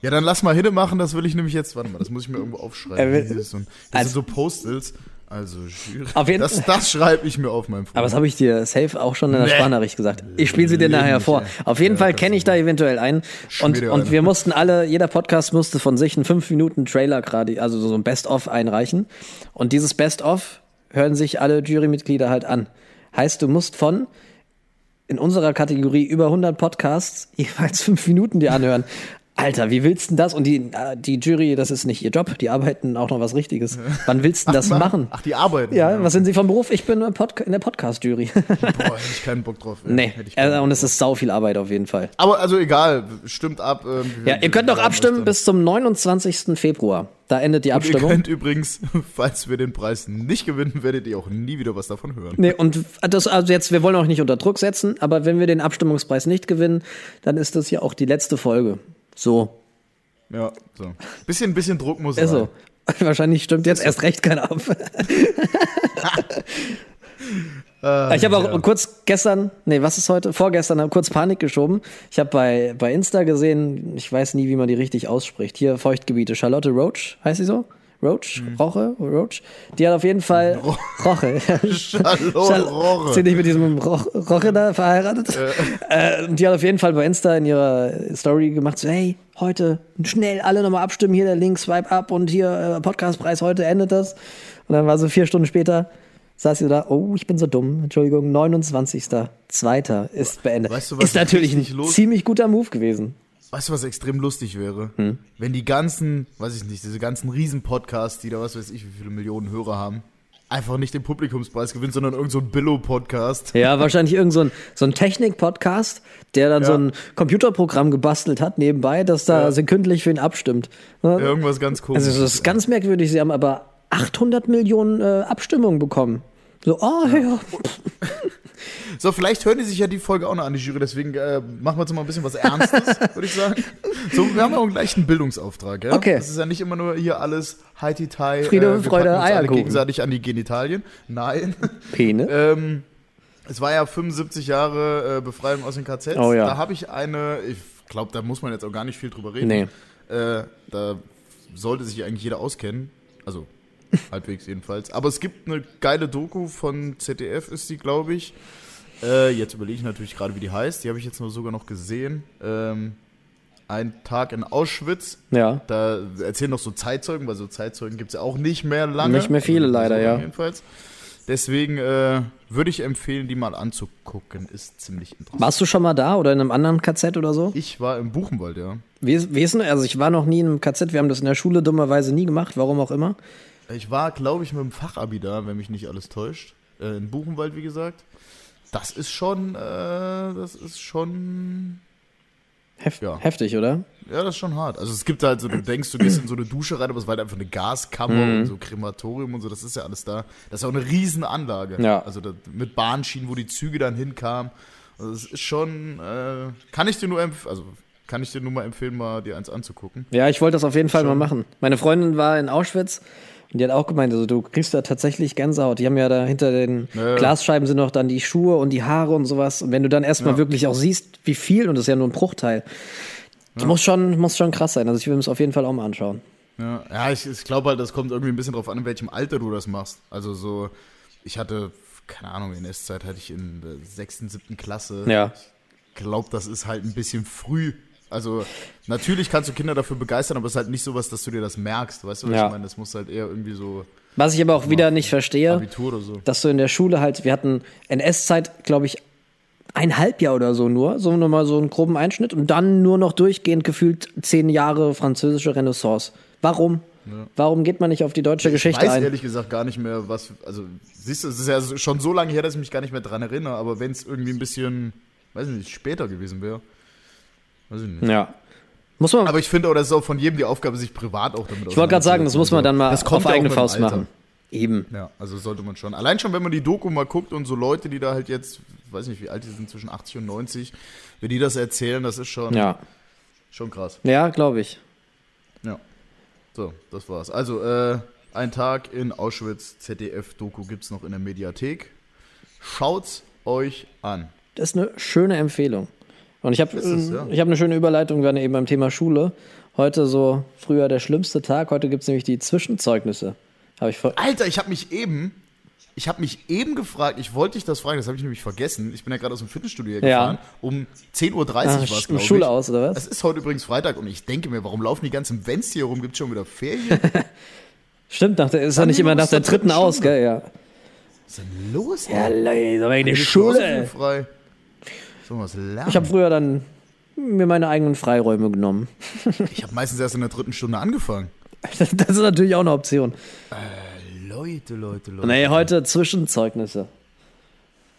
[SPEAKER 2] Ja, dann lass mal Hinne machen, das will ich nämlich jetzt, warte mal, das muss ich mir irgendwo aufschreiben.
[SPEAKER 3] Er will-
[SPEAKER 2] das ist so, ein- das
[SPEAKER 3] Also-
[SPEAKER 2] sind so Post-its. Also, Jury.
[SPEAKER 3] Auf jeden-
[SPEAKER 2] das, das schreibe ich mir auf, mein Freund.
[SPEAKER 3] Aber das habe ich dir safe auch schon in der
[SPEAKER 2] Nee.
[SPEAKER 3] Sprachnachricht gesagt. Ich spiele sie dir
[SPEAKER 2] Leben
[SPEAKER 3] nachher
[SPEAKER 2] nicht,
[SPEAKER 3] vor.
[SPEAKER 2] ey.
[SPEAKER 3] Auf jeden
[SPEAKER 2] Ja,
[SPEAKER 3] Fall
[SPEAKER 2] kannst
[SPEAKER 3] kenne
[SPEAKER 2] du
[SPEAKER 3] ich da eventuell einen.
[SPEAKER 2] Schon
[SPEAKER 3] Und,
[SPEAKER 2] wieder
[SPEAKER 3] und
[SPEAKER 2] einer.
[SPEAKER 3] wir mussten alle, jeder Podcast musste von sich einen 5-Minuten-Trailer gerade, also so ein Best-of einreichen. Und dieses Best-of hören sich alle Jurymitglieder halt an. Heißt, du musst von in unserer Kategorie über 100 Podcasts jeweils fünf Minuten dir anhören. Alter, wie willst denn das? Und die, äh, die Jury, das ist nicht ihr Job, die arbeiten auch noch was Richtiges. Wann willst du das
[SPEAKER 2] Mann.
[SPEAKER 3] machen?
[SPEAKER 2] Ach, die arbeiten.
[SPEAKER 3] Ja, was sind Sie vom Beruf? Ich bin im Podca- in der Podcast-Jury.
[SPEAKER 2] Boah, hätte ich keinen Bock drauf. ey.
[SPEAKER 3] nee,
[SPEAKER 2] Hätte ich keinen
[SPEAKER 3] äh,
[SPEAKER 2] Bock
[SPEAKER 3] und es ist sau viel Arbeit auf jeden Fall.
[SPEAKER 2] Aber also egal, stimmt ab. ähm,
[SPEAKER 3] Ja,
[SPEAKER 2] wir-
[SPEAKER 3] ihr könnt
[SPEAKER 2] wir
[SPEAKER 3] noch
[SPEAKER 2] haben
[SPEAKER 3] abstimmen
[SPEAKER 2] das
[SPEAKER 3] bis zum 29. Februar. Da endet die
[SPEAKER 2] dann. Ihr
[SPEAKER 3] Abstimmung.
[SPEAKER 2] könnt übrigens, falls wir den Preis nicht gewinnen, werdet ihr auch nie wieder was davon hören.
[SPEAKER 3] Nee, und das, also jetzt, wir wollen auch nicht unter Druck setzen, aber wenn wir den Abstimmungspreis nicht gewinnen, dann ist das hier auch die letzte Folge. So.
[SPEAKER 2] Ja, so. Bisschen, bisschen Druck muss sein.
[SPEAKER 3] Also, wahrscheinlich stimmt jetzt erst recht keiner ab. ich habe auch kurz gestern, nee, was ist heute? Vorgestern habe kurz Panik geschoben. Ich habe bei, bei Insta gesehen, ich weiß nie, wie man die richtig ausspricht. Hier Feuchtgebiete, Charlotte Roach, heißt sie so? Roach? Roche? Roach? Die hat auf jeden Fall Roche.
[SPEAKER 2] Oh,
[SPEAKER 3] Schal-
[SPEAKER 2] Hallo,
[SPEAKER 3] Ist sie nicht mit diesem Roch Roche da verheiratet? Äh. die hat auf jeden Fall bei Insta in ihrer Story gemacht, so, hey, heute schnell alle nochmal abstimmen, hier der Link, swipe up und hier äh, Podcastpreis, heute endet das. Und dann war so vier Stunden später, saß sie da, oh, ich bin so dumm, Entschuldigung, 29.02. ist beendet.
[SPEAKER 2] Weißt du, was
[SPEAKER 3] ist natürlich
[SPEAKER 2] richtig
[SPEAKER 3] ein
[SPEAKER 2] los-
[SPEAKER 3] ziemlich guter Move gewesen.
[SPEAKER 2] Weißt du, was extrem lustig wäre?
[SPEAKER 3] Hm?
[SPEAKER 2] Wenn die ganzen, weiß ich nicht, diese ganzen Riesen-Podcasts, die da was weiß ich, wie viele Millionen Hörer haben, einfach nicht den Publikumspreis gewinnt, sondern irgend so ein Billo-Podcast.
[SPEAKER 3] Ja, wahrscheinlich irgend so ein, so ein Technik-Podcast, der dann
[SPEAKER 2] Ja.
[SPEAKER 3] so ein Computerprogramm gebastelt hat nebenbei, das da sekündlich für ihn abstimmt. Ne?
[SPEAKER 2] Irgendwas ganz komisches.
[SPEAKER 3] Also das ist ganz merkwürdig. Sie haben aber 800 Millionen äh, Abstimmungen bekommen. So, oh ja.
[SPEAKER 2] So, vielleicht hören die sich ja die Folge auch noch an, die Jury. Deswegen äh, machen wir jetzt mal ein bisschen was Ernstes, würde ich sagen. So, wir haben ja auch gleich einen Bildungsauftrag. Ja?
[SPEAKER 3] Okay.
[SPEAKER 2] Das ist ja nicht immer nur hier alles Heiti-Tai.
[SPEAKER 3] Friede,
[SPEAKER 2] äh, wir
[SPEAKER 3] Freude,
[SPEAKER 2] packen uns alle
[SPEAKER 3] Eierkuchen.
[SPEAKER 2] gegenseitig an die Genitalien. Nein.
[SPEAKER 3] Pene.
[SPEAKER 2] ähm, es war ja 75 Jahre äh, Befreiung aus den KZs.
[SPEAKER 3] Oh ja.
[SPEAKER 2] Da habe ich eine, ich glaube, da muss man jetzt auch gar nicht viel drüber reden.
[SPEAKER 3] Nee.
[SPEAKER 2] Äh, da sollte sich eigentlich jeder auskennen. Also halbwegs jedenfalls. Aber es gibt eine geile Doku von ZDF, ist die, glaube ich. Äh, jetzt überlege ich natürlich gerade, wie die heißt. Die habe ich jetzt nur sogar noch gesehen. Ähm, ein Tag in Auschwitz.
[SPEAKER 3] Ja.
[SPEAKER 2] Da erzählen noch so Zeitzeugen, weil so Zeitzeugen gibt es ja auch nicht mehr lange.
[SPEAKER 3] Nicht mehr viele
[SPEAKER 2] Also
[SPEAKER 3] leider,
[SPEAKER 2] so lange
[SPEAKER 3] ja.
[SPEAKER 2] Jedenfalls. Deswegen äh, würde ich empfehlen, die mal anzugucken. Ist ziemlich interessant.
[SPEAKER 3] Warst du schon mal da oder in einem anderen KZ oder so?
[SPEAKER 2] Ich war im Buchenwald, ja.
[SPEAKER 3] Wir, wir sind, also ich war noch nie in einem KZ, wir haben das in der Schule dummerweise nie gemacht, warum auch immer.
[SPEAKER 2] Ich war, glaube ich, mit dem Fachabi da, wenn mich nicht alles täuscht. Äh, in Buchenwald, wie gesagt. Das ist schon, äh, das ist schon,
[SPEAKER 3] Hef
[SPEAKER 2] Ja.
[SPEAKER 3] Heftig, oder?
[SPEAKER 2] ja, das ist schon hart. Also es gibt halt so, du denkst, du gehst in so eine Dusche rein, aber es war halt einfach eine Gaskammer und so Krematorium und so, das ist ja alles da. Das ist auch eine riesen Anlage.
[SPEAKER 3] Ja.
[SPEAKER 2] Also da, mit Bahnschienen, wo die Züge dann hinkamen. Also es ist schon, äh, kann ich dir nur empfehlen, also kann ich dir nur mal empfehlen, mal dir eins anzugucken.
[SPEAKER 3] Ja, ich wollte das auf jeden Fall mal machen. Meine Freundin war in Auschwitz und die hat auch gemeint, also du kriegst da tatsächlich Gänsehaut. Die haben ja da hinter den
[SPEAKER 2] Ja.
[SPEAKER 3] Glasscheiben sind noch dann die Schuhe und die Haare und sowas. Und wenn du dann erstmal
[SPEAKER 2] Ja.
[SPEAKER 3] wirklich auch siehst, wie viel, und das ist ja nur ein Bruchteil, das muss, schon, muss schon krass sein. Also ich will mir das auf jeden Fall auch mal anschauen.
[SPEAKER 2] Ja, ja ich, ich glaube halt, das kommt irgendwie ein bisschen drauf an, in welchem Alter du das machst. Also so, ich hatte, keine Ahnung, in NS-Zeit hatte ich in der sechsten, siebten Klasse.
[SPEAKER 3] Ja.
[SPEAKER 2] Ich glaube, das ist halt ein bisschen früh. Also natürlich kannst du Kinder dafür begeistern, aber es ist halt nicht sowas, dass du dir das merkst. Weißt du, was
[SPEAKER 3] Ja.
[SPEAKER 2] ich meine? Das muss halt eher irgendwie so
[SPEAKER 3] Was ich aber auch wieder nicht verstehe,
[SPEAKER 2] Abitur oder so.
[SPEAKER 3] dass du in der Schule halt, wir hatten NS-Zeit, glaube ich, ein Halbjahr oder so nur, so nochmal so einen groben Einschnitt und dann nur noch durchgehend gefühlt zehn Jahre französische Renaissance. Warum? Warum geht man nicht auf die deutsche
[SPEAKER 2] Ich
[SPEAKER 3] Geschichte
[SPEAKER 2] weiß
[SPEAKER 3] ein?
[SPEAKER 2] ehrlich gesagt gar nicht mehr, was. Also, siehst du, es ist ja so- schon so lange her, dass ich mich gar nicht mehr dran erinnere, aber wenn es irgendwie ein bisschen, weiß ich nicht, später gewesen wäre. Weiß ich nicht.
[SPEAKER 3] Ja. Muss man,
[SPEAKER 2] Aber ich finde, auch, das ist auch von jedem die Aufgabe, sich privat auch damit
[SPEAKER 3] ich wollte gerade sagen, das muss man dann mal
[SPEAKER 2] Das kommt
[SPEAKER 3] auf
[SPEAKER 2] ja auch
[SPEAKER 3] eigene
[SPEAKER 2] mit dem
[SPEAKER 3] Faust
[SPEAKER 2] Alter.
[SPEAKER 3] machen. Eben.
[SPEAKER 2] Ja, also sollte man schon. Allein schon, wenn man die Doku mal guckt und so Leute, die da halt jetzt, weiß nicht, wie alt die sind, zwischen 80 und 90, wenn die das erzählen, das ist schon,
[SPEAKER 3] Ja.
[SPEAKER 2] schon krass.
[SPEAKER 3] Ja, glaube ich.
[SPEAKER 2] Ja. So, das war's. Also, äh, ein Tag in Auschwitz, ZDF-Doku gibt's noch in der Mediathek. Schaut's euch an.
[SPEAKER 3] Das ist eine schöne Empfehlung. Und ich habe
[SPEAKER 2] Ist es, ja.
[SPEAKER 3] ich hab eine schöne Überleitung, wir waren eben beim Thema Schule. Heute so früher der schlimmste Tag, heute gibt es nämlich die Zwischenzeugnisse. Habe ich vor.
[SPEAKER 2] Alter, ich habe mich eben, ich habe mich eben gefragt, ich wollte dich das fragen, das habe ich nämlich vergessen. Ich bin ja gerade aus dem Fitnessstudio hier
[SPEAKER 3] Ja.
[SPEAKER 2] gefahren. Um 10.30 Uhr
[SPEAKER 3] Ah,
[SPEAKER 2] war es,
[SPEAKER 3] Sch-
[SPEAKER 2] glaube ich.
[SPEAKER 3] Schule aus, oder was?
[SPEAKER 2] Es ist heute übrigens Freitag und ich denke mir, warum laufen die ganzen Vents hier rum? Gibt schon wieder Ferien? Was
[SPEAKER 3] Stimmt, nach der, ist doch
[SPEAKER 2] Dann
[SPEAKER 3] nicht immer nach
[SPEAKER 2] muss
[SPEAKER 3] der
[SPEAKER 2] der dritten
[SPEAKER 3] dritten aus,
[SPEAKER 2] Stunde.
[SPEAKER 3] gell? Ja.
[SPEAKER 2] ist denn los?
[SPEAKER 3] Ja,
[SPEAKER 2] Alter?
[SPEAKER 3] Leute, meine
[SPEAKER 2] Die
[SPEAKER 3] Schule.
[SPEAKER 2] frei. So was lernen.
[SPEAKER 3] Ich habe früher dann mir meine eigenen Freiräume genommen.
[SPEAKER 2] ich hab meistens erst in der dritten Stunde angefangen.
[SPEAKER 3] Das ist natürlich auch eine Option.
[SPEAKER 2] Leute, Leute, Leute.
[SPEAKER 3] Nee, heute Zwischenzeugnisse.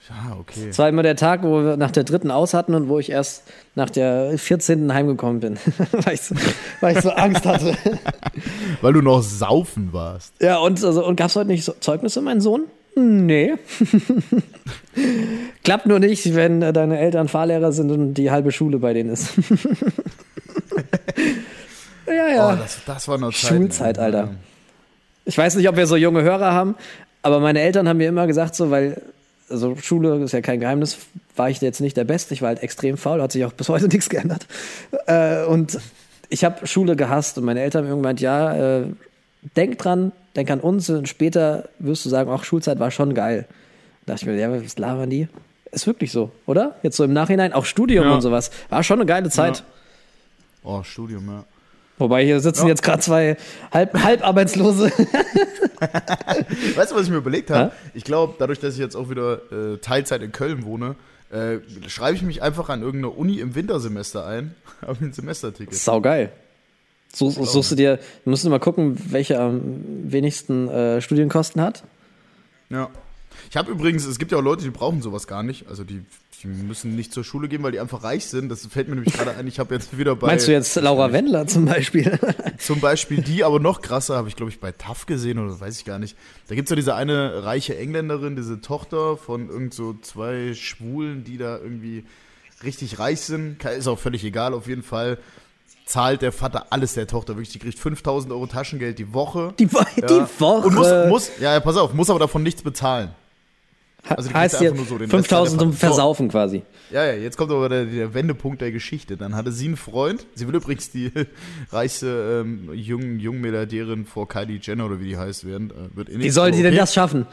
[SPEAKER 2] Ah, okay.
[SPEAKER 3] Das war immer der Tag, wo wir nach der dritten aus hatten und wo ich erst nach der 14. heimgekommen bin, weil, ich so, weil ich so Angst hatte.
[SPEAKER 2] Weil du noch saufen warst.
[SPEAKER 3] Ja, und, also, und gab es heute nicht so Zeugnisse, mein Sohn? Nee. Klappt nur nicht, wenn äh, deine Eltern Fahrlehrer sind und die halbe Schule bei denen ist. ja, ja.
[SPEAKER 2] Oh, das, das war noch Zeit. ne?
[SPEAKER 3] Schulzeit, Alter. Ich weiß nicht, ob wir so junge Hörer haben, aber meine Eltern haben mir immer gesagt, so, weil, also Schule ist ja kein Geheimnis, war ich jetzt nicht der Beste, ich war halt extrem faul, hat sich auch bis heute nichts geändert. Äh, und ich habe Schule gehasst und meine Eltern haben irgendwann gemeint, ja, äh, denk dran, denk an uns und später wirst du sagen, auch Schulzeit war schon geil. Da dachte ich mir, ja, was labern die? Ist wirklich so, oder? Jetzt so im Nachhinein, auch Studium
[SPEAKER 2] Ja.
[SPEAKER 3] und sowas. War schon eine geile Zeit.
[SPEAKER 2] Ja. Oh, Studium, ja.
[SPEAKER 3] Wobei hier sitzen
[SPEAKER 2] Ja.
[SPEAKER 3] jetzt gerade zwei halb, halb Arbeitslose.
[SPEAKER 2] Weißt du, was ich mir überlegt habe?
[SPEAKER 3] Ja?
[SPEAKER 2] Ich glaube, dadurch, dass ich jetzt auch wieder äh, Teilzeit in Köln wohne, äh, schreibe ich mich einfach an irgendeine Uni im Wintersemester ein, habe ein Semesterticket.
[SPEAKER 3] Saugeil. Such, suchst du dir, wir müssen mal gucken, welche am wenigsten äh, Studienkosten hat.
[SPEAKER 2] Ja. Ich habe übrigens, es gibt ja auch Leute, die brauchen sowas gar nicht. Also die, die müssen nicht zur Schule gehen, weil die einfach reich sind. Das fällt mir nämlich gerade ein. Ich habe jetzt wieder bei.
[SPEAKER 3] Meinst du jetzt Laura Wendler zum Beispiel?
[SPEAKER 2] Zum Beispiel die, aber noch krasser, habe ich, glaube ich, bei TAF gesehen oder weiß ich gar nicht. Da gibt es ja diese eine reiche Engländerin, diese Tochter von irgend so zwei Schwulen, die da irgendwie richtig reich sind. Ke- Ist auch völlig egal, auf jeden Fall. Zahlt der Vater alles der Tochter. Wirklich, die kriegt 5000 Euro Taschengeld die Woche.
[SPEAKER 3] Die, Wo- die Woche.
[SPEAKER 2] Und muss, muss, ja, ja, pass auf, muss aber davon nichts bezahlen. also die
[SPEAKER 3] heißt
[SPEAKER 2] kriegst du
[SPEAKER 3] jetzt
[SPEAKER 2] einfach nur so den Rest
[SPEAKER 3] 5000
[SPEAKER 2] der
[SPEAKER 3] zum
[SPEAKER 2] Fahrt. So.
[SPEAKER 3] Versaufen quasi.
[SPEAKER 2] Ja, ja, jetzt kommt aber der, der Wendepunkt der Geschichte. Dann hatte sie einen Freund. Sie will übrigens die reichste ähm, jungen Jungmilliardärin vor Kylie Jenner oder wie die heißt werden. Äh, wird eh
[SPEAKER 3] Wie
[SPEAKER 2] nichts,
[SPEAKER 3] soll
[SPEAKER 2] aber
[SPEAKER 3] die denn
[SPEAKER 2] okay.
[SPEAKER 3] das schaffen?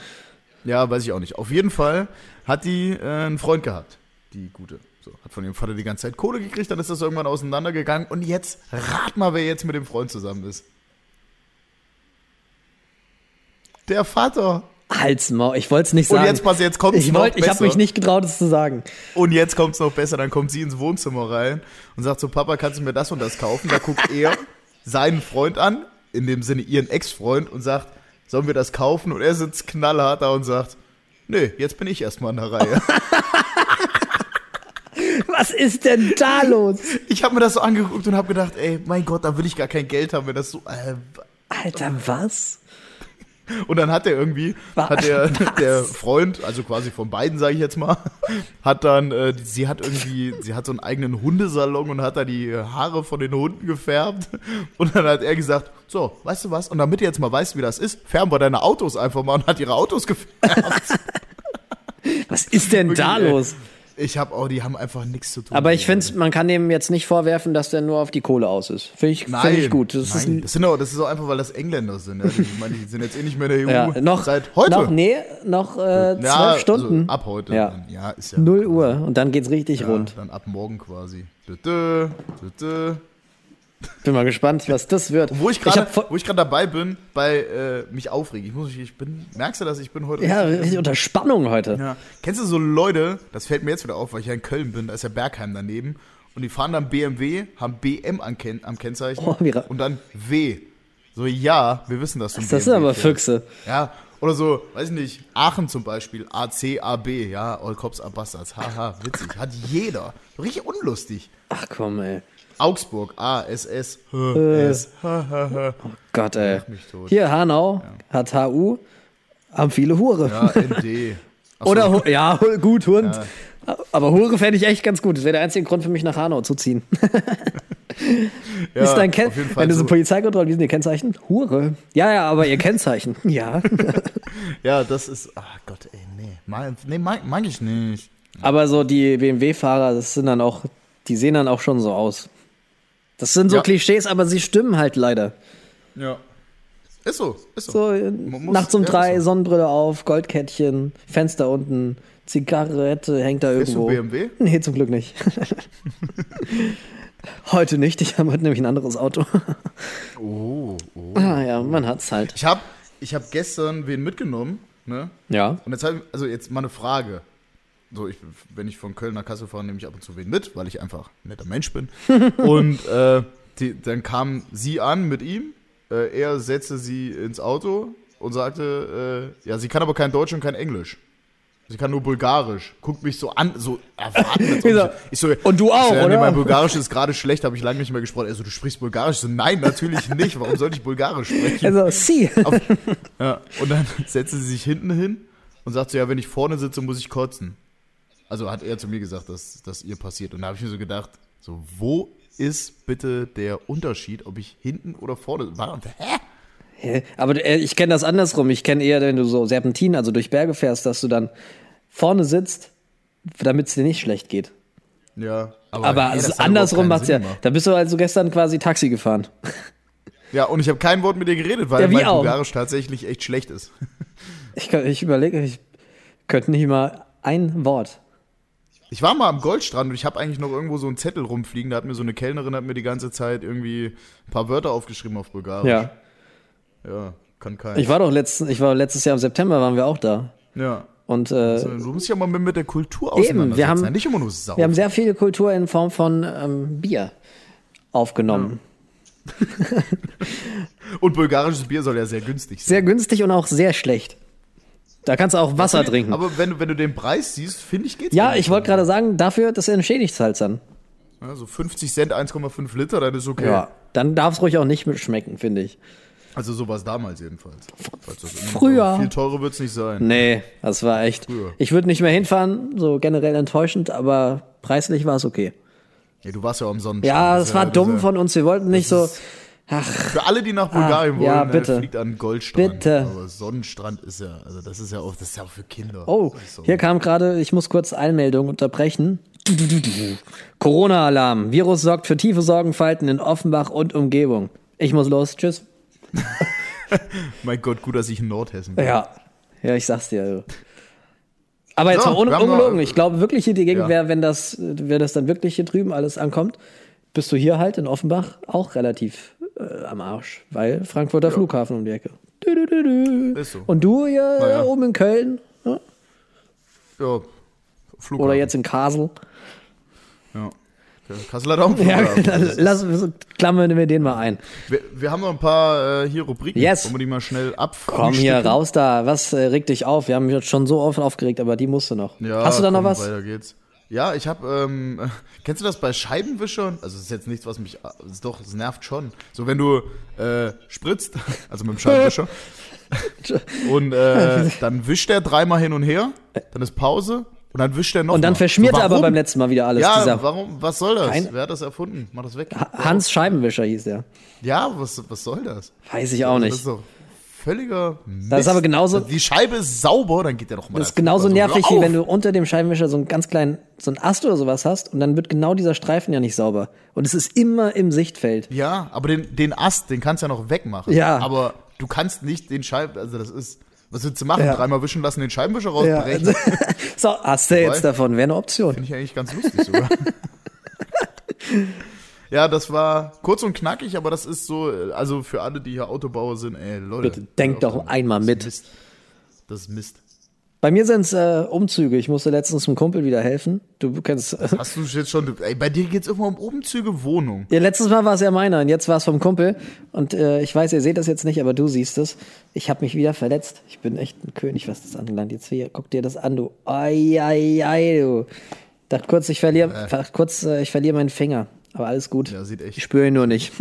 [SPEAKER 2] Ja, weiß ich auch nicht. Auf jeden Fall hat die äh, einen Freund gehabt, die gute. So, hat von ihrem Vater die ganze Zeit Kohle gekriegt, dann ist das irgendwann auseinandergegangen. Und jetzt rat mal, wer jetzt mit dem Freund zusammen ist. Der Vater.
[SPEAKER 3] Halsmaul, ich wollte es nicht
[SPEAKER 2] Und
[SPEAKER 3] sagen.
[SPEAKER 2] jetzt pass- jetzt kommt's
[SPEAKER 3] ich
[SPEAKER 2] noch
[SPEAKER 3] wollt- ich habe
[SPEAKER 2] besser.
[SPEAKER 3] mich nicht getraut, es zu sagen.
[SPEAKER 2] Und jetzt kommt's noch besser, dann kommt sie ins Wohnzimmer rein und sagt so, Papa, kannst du mir das und das kaufen? Da guckt er seinen Freund an, in dem Sinne ihren Ex-Freund und sagt, sollen wir das kaufen? Und er sitzt knallhart da und sagt, nö, jetzt bin ich erstmal an der Reihe.
[SPEAKER 3] Was ist denn da los?
[SPEAKER 2] Ich habe mir das so angeguckt und habe gedacht, ey, mein Gott, da will ich gar kein Geld haben, wenn das so... Äh,
[SPEAKER 3] Alter, was?
[SPEAKER 2] und dann hat er irgendwie,
[SPEAKER 3] Was?
[SPEAKER 2] hat der,
[SPEAKER 3] Was?
[SPEAKER 2] der Freund, also quasi von beiden, sage ich jetzt mal, hat dann, äh, die- sie hat irgendwie, sie hat so einen eigenen Hundesalon und hat da die Haare von den Hunden gefärbt. Und dann hat er gesagt, so, weißt du was? Und damit du jetzt mal weißt, wie das ist, färben wir deine Autos einfach mal und hat ihre Autos gefärbt.
[SPEAKER 3] Was ist denn da
[SPEAKER 2] Wirklich, ey.
[SPEAKER 3] los?
[SPEAKER 2] Ich habe auch, die haben einfach nichts zu tun.
[SPEAKER 3] Aber ich finde, man kann dem jetzt nicht vorwerfen, dass der nur auf die Kohle aus ist. Finde ich, find
[SPEAKER 2] Nein,
[SPEAKER 3] ich gut. Das
[SPEAKER 2] nein.
[SPEAKER 3] ist
[SPEAKER 2] das, sind auch, das ist auch einfach, weil das Engländer sind. Ja. Die, ich meine, die sind jetzt eh nicht mehr in der EU.
[SPEAKER 3] ja, noch,
[SPEAKER 2] seit heute.
[SPEAKER 3] noch, nee, noch äh, zwölf
[SPEAKER 2] ja,
[SPEAKER 3] Stunden.
[SPEAKER 2] Also ab heute.
[SPEAKER 3] Ja.
[SPEAKER 2] dann. ja ist ja.
[SPEAKER 3] 0 Uhr und dann geht's richtig
[SPEAKER 2] Ja,
[SPEAKER 3] rund.
[SPEAKER 2] Dann ab morgen quasi. Dö, dö, dö, dö.
[SPEAKER 3] Bin mal gespannt, was das wird.
[SPEAKER 2] Wo ich
[SPEAKER 3] hab
[SPEAKER 2] gerade,
[SPEAKER 3] vor-
[SPEAKER 2] wo ich gerade dabei bin, bei äh, mich aufregen. Ich muss, mich- ich bin, merkst du, dass ich bin heute?
[SPEAKER 3] Ja, richtig unter Spannung heute.
[SPEAKER 2] Ja. Kennst du so Leute? Das fällt mir jetzt wieder auf, weil ich ja in Köln bin. Da ist ja Bergheim daneben und die fahren dann BMW, haben BM am, Ken am Kennzeichen
[SPEAKER 3] Oh, wie ra-
[SPEAKER 2] und dann W. So ja, wir wissen das.
[SPEAKER 3] Das sind aber Füchse.
[SPEAKER 2] Ja, oder so, weiß ich nicht, Aachen zum Beispiel, AC, AB, ja, All Cops are Bastards, haha, witzig, hat jeder. Richtig unlustig.
[SPEAKER 3] Ach komm, ey.
[SPEAKER 2] Augsburg, A, S, S, H,
[SPEAKER 3] Äh.
[SPEAKER 2] S, H, H, H.
[SPEAKER 3] Gott, ey.
[SPEAKER 2] mich tot.
[SPEAKER 3] Hier, Hanau hat HU, haben viele Hure.
[SPEAKER 2] Ja, ND. Ach so.
[SPEAKER 3] Oder, Hu- ja, Hu- gut, Hund. Aber Hure fände ich echt ganz gut. Das wäre der einzige Grund für mich, nach Hanau zu ziehen.
[SPEAKER 2] ja,
[SPEAKER 3] ist dein Ken
[SPEAKER 2] auf jeden Fall
[SPEAKER 3] Wenn du so
[SPEAKER 2] so.
[SPEAKER 3] Polizeikontrolle, wie sind die Kennzeichen? Hure. Ja, ja, aber ihr Kennzeichen. Ja.
[SPEAKER 2] Ja, das ist, ach Gott, ey, nee. Mag, nee, mag, mag ich nicht.
[SPEAKER 3] aber so die BMW-Fahrer, das sind dann auch, die sehen dann auch schon so aus. Das sind so
[SPEAKER 2] Ja.
[SPEAKER 3] Klischees, aber sie stimmen halt leider.
[SPEAKER 2] Ja. Ist so, ist so.
[SPEAKER 3] So, äh,
[SPEAKER 2] Man muss-
[SPEAKER 3] nachts um
[SPEAKER 2] ja, ist
[SPEAKER 3] drei,
[SPEAKER 2] so.
[SPEAKER 3] Sonnenbrille auf, Goldkettchen, Fenster unten, Zigarette hängt da
[SPEAKER 2] Fährst du
[SPEAKER 3] irgendwo.
[SPEAKER 2] BMW?
[SPEAKER 3] Nee, zum Glück nicht. heute nicht, ich habe heute nämlich ein anderes Auto.
[SPEAKER 2] Oh, oh.
[SPEAKER 3] ah ja, man hat's halt.
[SPEAKER 2] Ich hab, ich hab gestern wen mitgenommen, ne?
[SPEAKER 3] Ja.
[SPEAKER 2] Und jetzt hab ich, also jetzt mal eine Frage. So, ich, wenn ich von Köln nach Kassel fahre, nehme ich ab und zu wen mit, weil ich einfach ein netter Mensch bin. und äh, die, dann kam sie an mit ihm, äh, er setzte sie ins Auto und sagte, äh, ja, sie kann aber kein Deutsch und kein Englisch. Sie kann nur Bulgarisch. Guckt mich so an, so erwarten. Als ob
[SPEAKER 3] Wieso?
[SPEAKER 2] ich, ich so,
[SPEAKER 3] Und du auch,
[SPEAKER 2] ich so, ja,
[SPEAKER 3] oder?
[SPEAKER 2] Nee, mein Bulgarisch ist gerade schlecht, habe ich lange nicht mehr gesprochen. Also du sprichst Bulgarisch? Ich So, nein, natürlich nicht. Warum sollte ich Bulgarisch sprechen?
[SPEAKER 3] Also, sie.
[SPEAKER 2] Auf, ja, und dann setzte sie sich hinten hin und sagt so, ja, wenn ich vorne sitze, muss ich kotzen. Also hat er zu mir gesagt, dass das ihr passiert. Und da habe ich mir so gedacht, so, wo ist bitte der Unterschied, ob ich hinten oder vorne war? Hä?
[SPEAKER 3] Hä? Aber äh, ich kenne das andersrum. Ich kenne eher, wenn du so Serpentinen, also durch Berge fährst, dass du dann vorne sitzt, damit es dir nicht schlecht geht.
[SPEAKER 2] Ja.
[SPEAKER 3] Aber
[SPEAKER 2] hä, das
[SPEAKER 3] so
[SPEAKER 2] hat überhaupt
[SPEAKER 3] andersrum
[SPEAKER 2] keinen
[SPEAKER 3] macht's
[SPEAKER 2] Sinn
[SPEAKER 3] ja.
[SPEAKER 2] gemacht.
[SPEAKER 3] Da bist du also gestern quasi Taxi gefahren.
[SPEAKER 2] Ja, und ich habe kein Wort mit ihr geredet, weil
[SPEAKER 3] Ja, wie
[SPEAKER 2] mein
[SPEAKER 3] auch.
[SPEAKER 2] Bulgarisch tatsächlich echt schlecht ist.
[SPEAKER 3] Ich, kann- ich überlege, ich könnte nicht mal ein Wort.
[SPEAKER 2] Ich war mal am Goldstrand und ich habe eigentlich noch irgendwo so einen Zettel rumfliegen. Da hat mir so eine Kellnerin hat mir die ganze Zeit irgendwie ein paar Wörter aufgeschrieben auf Bulgarisch.
[SPEAKER 3] Ja.
[SPEAKER 2] Ja, kann kein.
[SPEAKER 3] Ich war doch letzten, ich war letztes Jahr im September, waren wir auch da.
[SPEAKER 2] ja.
[SPEAKER 3] Und äh,
[SPEAKER 2] Du musst ja mal mit der Kultur
[SPEAKER 3] Eben,
[SPEAKER 2] auseinandersetzen.
[SPEAKER 3] wir haben-
[SPEAKER 2] ja, nicht immer nur saufen.
[SPEAKER 3] wir haben sehr viel Kultur in Form von ähm, Bier aufgenommen.
[SPEAKER 2] Und bulgarisches Bier soll ja sehr günstig sein.
[SPEAKER 3] Sehr günstig und auch sehr schlecht. Da kannst du auch Wasser trinken.
[SPEAKER 2] Aber wenn, du- wenn du den Preis siehst, finde ich, geht's
[SPEAKER 3] ja,
[SPEAKER 2] eigentlich.
[SPEAKER 3] ich wollte gerade sagen, dafür, das entschädigt halt dann.
[SPEAKER 2] Ja, so 50 Cent, 1,5 Liter, dann ist okay.
[SPEAKER 3] Ja. Dann darf es ruhig auch nicht mitschmecken, finde ich.
[SPEAKER 2] Also sowas damals jedenfalls. Falls das irgendwie-
[SPEAKER 3] Früher.
[SPEAKER 2] Viel teurer wird's nicht sein.
[SPEAKER 3] Nee, das war echt.
[SPEAKER 2] Früher.
[SPEAKER 3] Ich würde nicht mehr hinfahren, so generell enttäuschend, aber preislich war es okay.
[SPEAKER 2] Ja, du warst ja auch am Sonnenschein.
[SPEAKER 3] Ja,
[SPEAKER 2] Das
[SPEAKER 3] es
[SPEAKER 2] ist
[SPEAKER 3] war dumm
[SPEAKER 2] dieser-
[SPEAKER 3] von uns. Wir wollten nicht so.
[SPEAKER 2] Für alle, die nach Bulgarien wollen,
[SPEAKER 3] ja,
[SPEAKER 2] ne,
[SPEAKER 3] bitte.
[SPEAKER 2] fliegt an den Goldstrand.
[SPEAKER 3] Bitte.
[SPEAKER 2] Aber Sonnenstrand ist ja, also das ist ja auch, das ist ja auch für Kinder.
[SPEAKER 3] Oh,
[SPEAKER 2] Das ist so.
[SPEAKER 3] hier kam gerade, ich muss kurz Einmeldung unterbrechen. Corona-Alarm. Virus sorgt für tiefe Sorgenfalten in Offenbach und Umgebung. Ich muss los. Tschüss.
[SPEAKER 2] Mein Gott, gut, dass ich in Nordhessen bin.
[SPEAKER 3] Ja. Ja, ich sag's dir. also. Aber jetzt
[SPEAKER 2] So,
[SPEAKER 3] mal un
[SPEAKER 2] wir haben noch-
[SPEAKER 3] ungelogen. Ich glaube wirklich hier die Gegend
[SPEAKER 2] Ja.
[SPEAKER 3] wäre, wenn das, wenn das dann wirklich hier drüben alles ankommt, bist du hier halt in Offenbach auch relativ äh, am Arsch, weil Frankfurter Flughafen um die Ecke. Dü, dü, dü, dü.
[SPEAKER 2] Ist so.
[SPEAKER 3] Und du hier äh,
[SPEAKER 2] Na ja.
[SPEAKER 3] oben in Köln ne?
[SPEAKER 2] Ja. Flughafen.
[SPEAKER 3] oder Äh. jetzt in Kassel.
[SPEAKER 2] Ja. Kassel hat auch einen
[SPEAKER 3] Ja,
[SPEAKER 2] Flughafen.
[SPEAKER 3] lass, lass, klammern wir den mal ein.
[SPEAKER 2] wir, wir haben noch ein paar äh, hier Rubriken.
[SPEAKER 3] Yes.
[SPEAKER 2] Wollen wir die mal schnell abfrühstücken?
[SPEAKER 3] Komm hier raus da. Was äh, regt dich auf? Wir haben uns schon so oft aufgeregt, aber die musst du noch.
[SPEAKER 2] Ja,
[SPEAKER 3] Hast du da noch
[SPEAKER 2] komm,
[SPEAKER 3] was?
[SPEAKER 2] Weiter geht's. Ja, ich habe, ähm, kennst du das bei Scheibenwischern? Also es ist jetzt nichts, was mich, es ist doch, es nervt schon. So wenn du äh, spritzt, also mit dem Scheibenwischer, und äh, dann wischt er dreimal hin und her, dann ist Pause und dann wischt er noch
[SPEAKER 3] Und dann
[SPEAKER 2] mal.
[SPEAKER 3] verschmiert er aber
[SPEAKER 2] warum?
[SPEAKER 3] beim letzten Mal wieder alles.
[SPEAKER 2] Ja,
[SPEAKER 3] Dieser
[SPEAKER 2] warum? Was soll das?
[SPEAKER 3] Kein-
[SPEAKER 2] Wer hat das erfunden? Mach das weg.
[SPEAKER 3] Hans Scheibenwischer hieß der.
[SPEAKER 2] Ja, was, was soll das?
[SPEAKER 3] Weiß ich auch
[SPEAKER 2] Das ist
[SPEAKER 3] nicht.
[SPEAKER 2] doch völliger Mist. Also
[SPEAKER 3] Das ist aber genauso-
[SPEAKER 2] Die Scheibe ist sauber, dann geht der doch mal.
[SPEAKER 3] Das ist
[SPEAKER 2] dazu.
[SPEAKER 3] genauso
[SPEAKER 2] Also, hör
[SPEAKER 3] nervig,
[SPEAKER 2] auf.
[SPEAKER 3] wie wenn du unter dem Scheibenwischer so einen ganz kleinen, so einen Ast oder sowas hast und dann wird genau dieser Streifen ja nicht sauber. Und es ist immer im Sichtfeld.
[SPEAKER 2] Ja, aber den, den Ast, den kannst du ja noch wegmachen.
[SPEAKER 3] Ja.
[SPEAKER 2] Aber du kannst nicht den Scheiben, also das ist, was willst du machen?
[SPEAKER 3] Ja.
[SPEAKER 2] Dreimal wischen lassen, den Scheibenwischer
[SPEAKER 3] Ja.
[SPEAKER 2] rausbrechen? Finde
[SPEAKER 3] so, hast du jetzt
[SPEAKER 2] Wobei-
[SPEAKER 3] davon? Wäre eine Option.
[SPEAKER 2] ich eigentlich ganz lustig sogar. ja, das war kurz und knackig, aber das ist so, also für alle, die hier Autobauer sind, ey, Leute.
[SPEAKER 3] Bitte denk doch einmal
[SPEAKER 2] Das
[SPEAKER 3] mit.
[SPEAKER 2] ist Mist. Das ist Mist.
[SPEAKER 3] Bei mir sind es äh, Umzüge. Ich musste letztens einem Kumpel wieder helfen. Du äh, kennst.
[SPEAKER 2] Hast du jetzt schon, ey, bei dir geht's immer um Umzüge, Wohnung.
[SPEAKER 3] Ja, letztes Mal war es ja meiner und jetzt war es vom Kumpel. Und äh, ich weiß, ihr seht das jetzt nicht, aber du siehst es. Ich habe mich wieder verletzt. Ich bin echt ein König, was das anbelangt. Jetzt hier, guck dir das an, du. Ai, ai, ai, du. Dachte kurz, ich verliere, dachte kurz, äh, ich verliere meinen Finger. Aber alles gut.
[SPEAKER 2] Ja, sieht echt-
[SPEAKER 3] Ich spüre ihn nur nicht.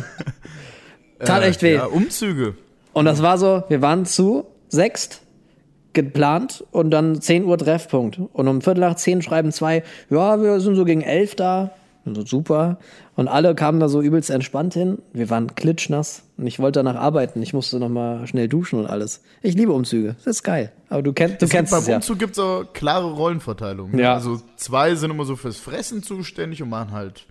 [SPEAKER 3] Tat echt weh.
[SPEAKER 2] Äh, Ja, Umzüge.
[SPEAKER 3] Und das war so, wir waren zu sechst geplant und dann 10 Uhr Treffpunkt. Und um Viertel nach zehn schreiben zwei, ja, wir sind so gegen elf da. Und so super. Und alle kamen da so übelst entspannt hin. Wir waren klitschnass und ich wollte danach arbeiten. Ich musste nochmal schnell duschen und alles. Ich liebe Umzüge. Das ist geil. Aber du, kenn, du
[SPEAKER 2] Es gibt
[SPEAKER 3] kennst es
[SPEAKER 2] beim
[SPEAKER 3] ja.
[SPEAKER 2] Umzug gibt's auch klare Rollenverteilung.
[SPEAKER 3] Ja.
[SPEAKER 2] Also zwei sind immer so fürs Fressen zuständig und machen halt,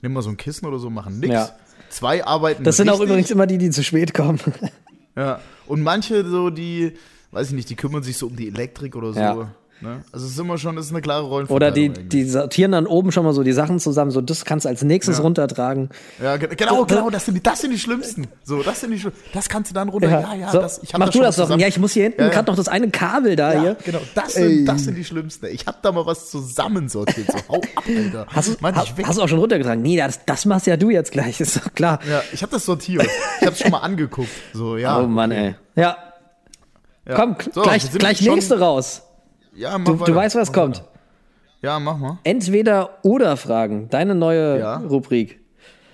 [SPEAKER 2] nehmen mal so ein Kissen oder so, machen nichts.
[SPEAKER 3] Ja.
[SPEAKER 2] Zwei arbeiten.
[SPEAKER 3] Das sind auch
[SPEAKER 2] richtig.
[SPEAKER 3] übrigens immer die, die zu spät kommen.
[SPEAKER 2] Ja. Und manche so, die, weiß ich nicht, die kümmern sich so um die Elektrik oder so.
[SPEAKER 3] Ja.
[SPEAKER 2] Ne? Also es ist immer schon, es ist eine klare Rollenverteilung.
[SPEAKER 3] Oder die,
[SPEAKER 2] eigentlich.
[SPEAKER 3] die sortieren dann oben schon mal so die Sachen zusammen. So, das kannst du als nächstes runtertragen.
[SPEAKER 2] Ja, ge- genau,
[SPEAKER 3] Da-
[SPEAKER 2] genau, das sind die, das sind die schlimmsten. So, das sind die schlimm- Das kannst du dann runter. Ja, ja,
[SPEAKER 3] so,
[SPEAKER 2] das, ich hab
[SPEAKER 3] mach
[SPEAKER 2] das
[SPEAKER 3] du
[SPEAKER 2] schon
[SPEAKER 3] das doch.
[SPEAKER 2] zusammen-
[SPEAKER 3] Ja, ich muss hier hinten
[SPEAKER 2] Ja, ja.
[SPEAKER 3] gerade noch das eine Kabel da
[SPEAKER 2] Ja,
[SPEAKER 3] hier.
[SPEAKER 2] genau, das
[SPEAKER 3] Ey.
[SPEAKER 2] sind, das sind die schlimmsten. ey. Ich hab da mal was zusammensortiert. So, hau ab, Alter.
[SPEAKER 3] Hast, du-
[SPEAKER 2] Mann,
[SPEAKER 3] ha,
[SPEAKER 2] ich weg.
[SPEAKER 3] hast du auch schon runtergetragen? Nee, das, das machst ja du jetzt gleich, ist doch klar.
[SPEAKER 2] Ja, ich habe das sortiert. Ich habe schon mal angeguckt. So, ja.
[SPEAKER 3] oh Mann, ey. Ja,
[SPEAKER 2] ja.
[SPEAKER 3] komm, k-
[SPEAKER 2] So,
[SPEAKER 3] gleich,
[SPEAKER 2] wir sind
[SPEAKER 3] gleich
[SPEAKER 2] schon-
[SPEAKER 3] nächste raus.
[SPEAKER 2] Ja, mach
[SPEAKER 3] Du, du
[SPEAKER 2] weiter.
[SPEAKER 3] weißt, was
[SPEAKER 2] Mach
[SPEAKER 3] kommt.
[SPEAKER 2] weiter. Ja, mach mal.
[SPEAKER 3] Entweder oder Fragen, deine neue
[SPEAKER 2] Ja.
[SPEAKER 3] Rubrik.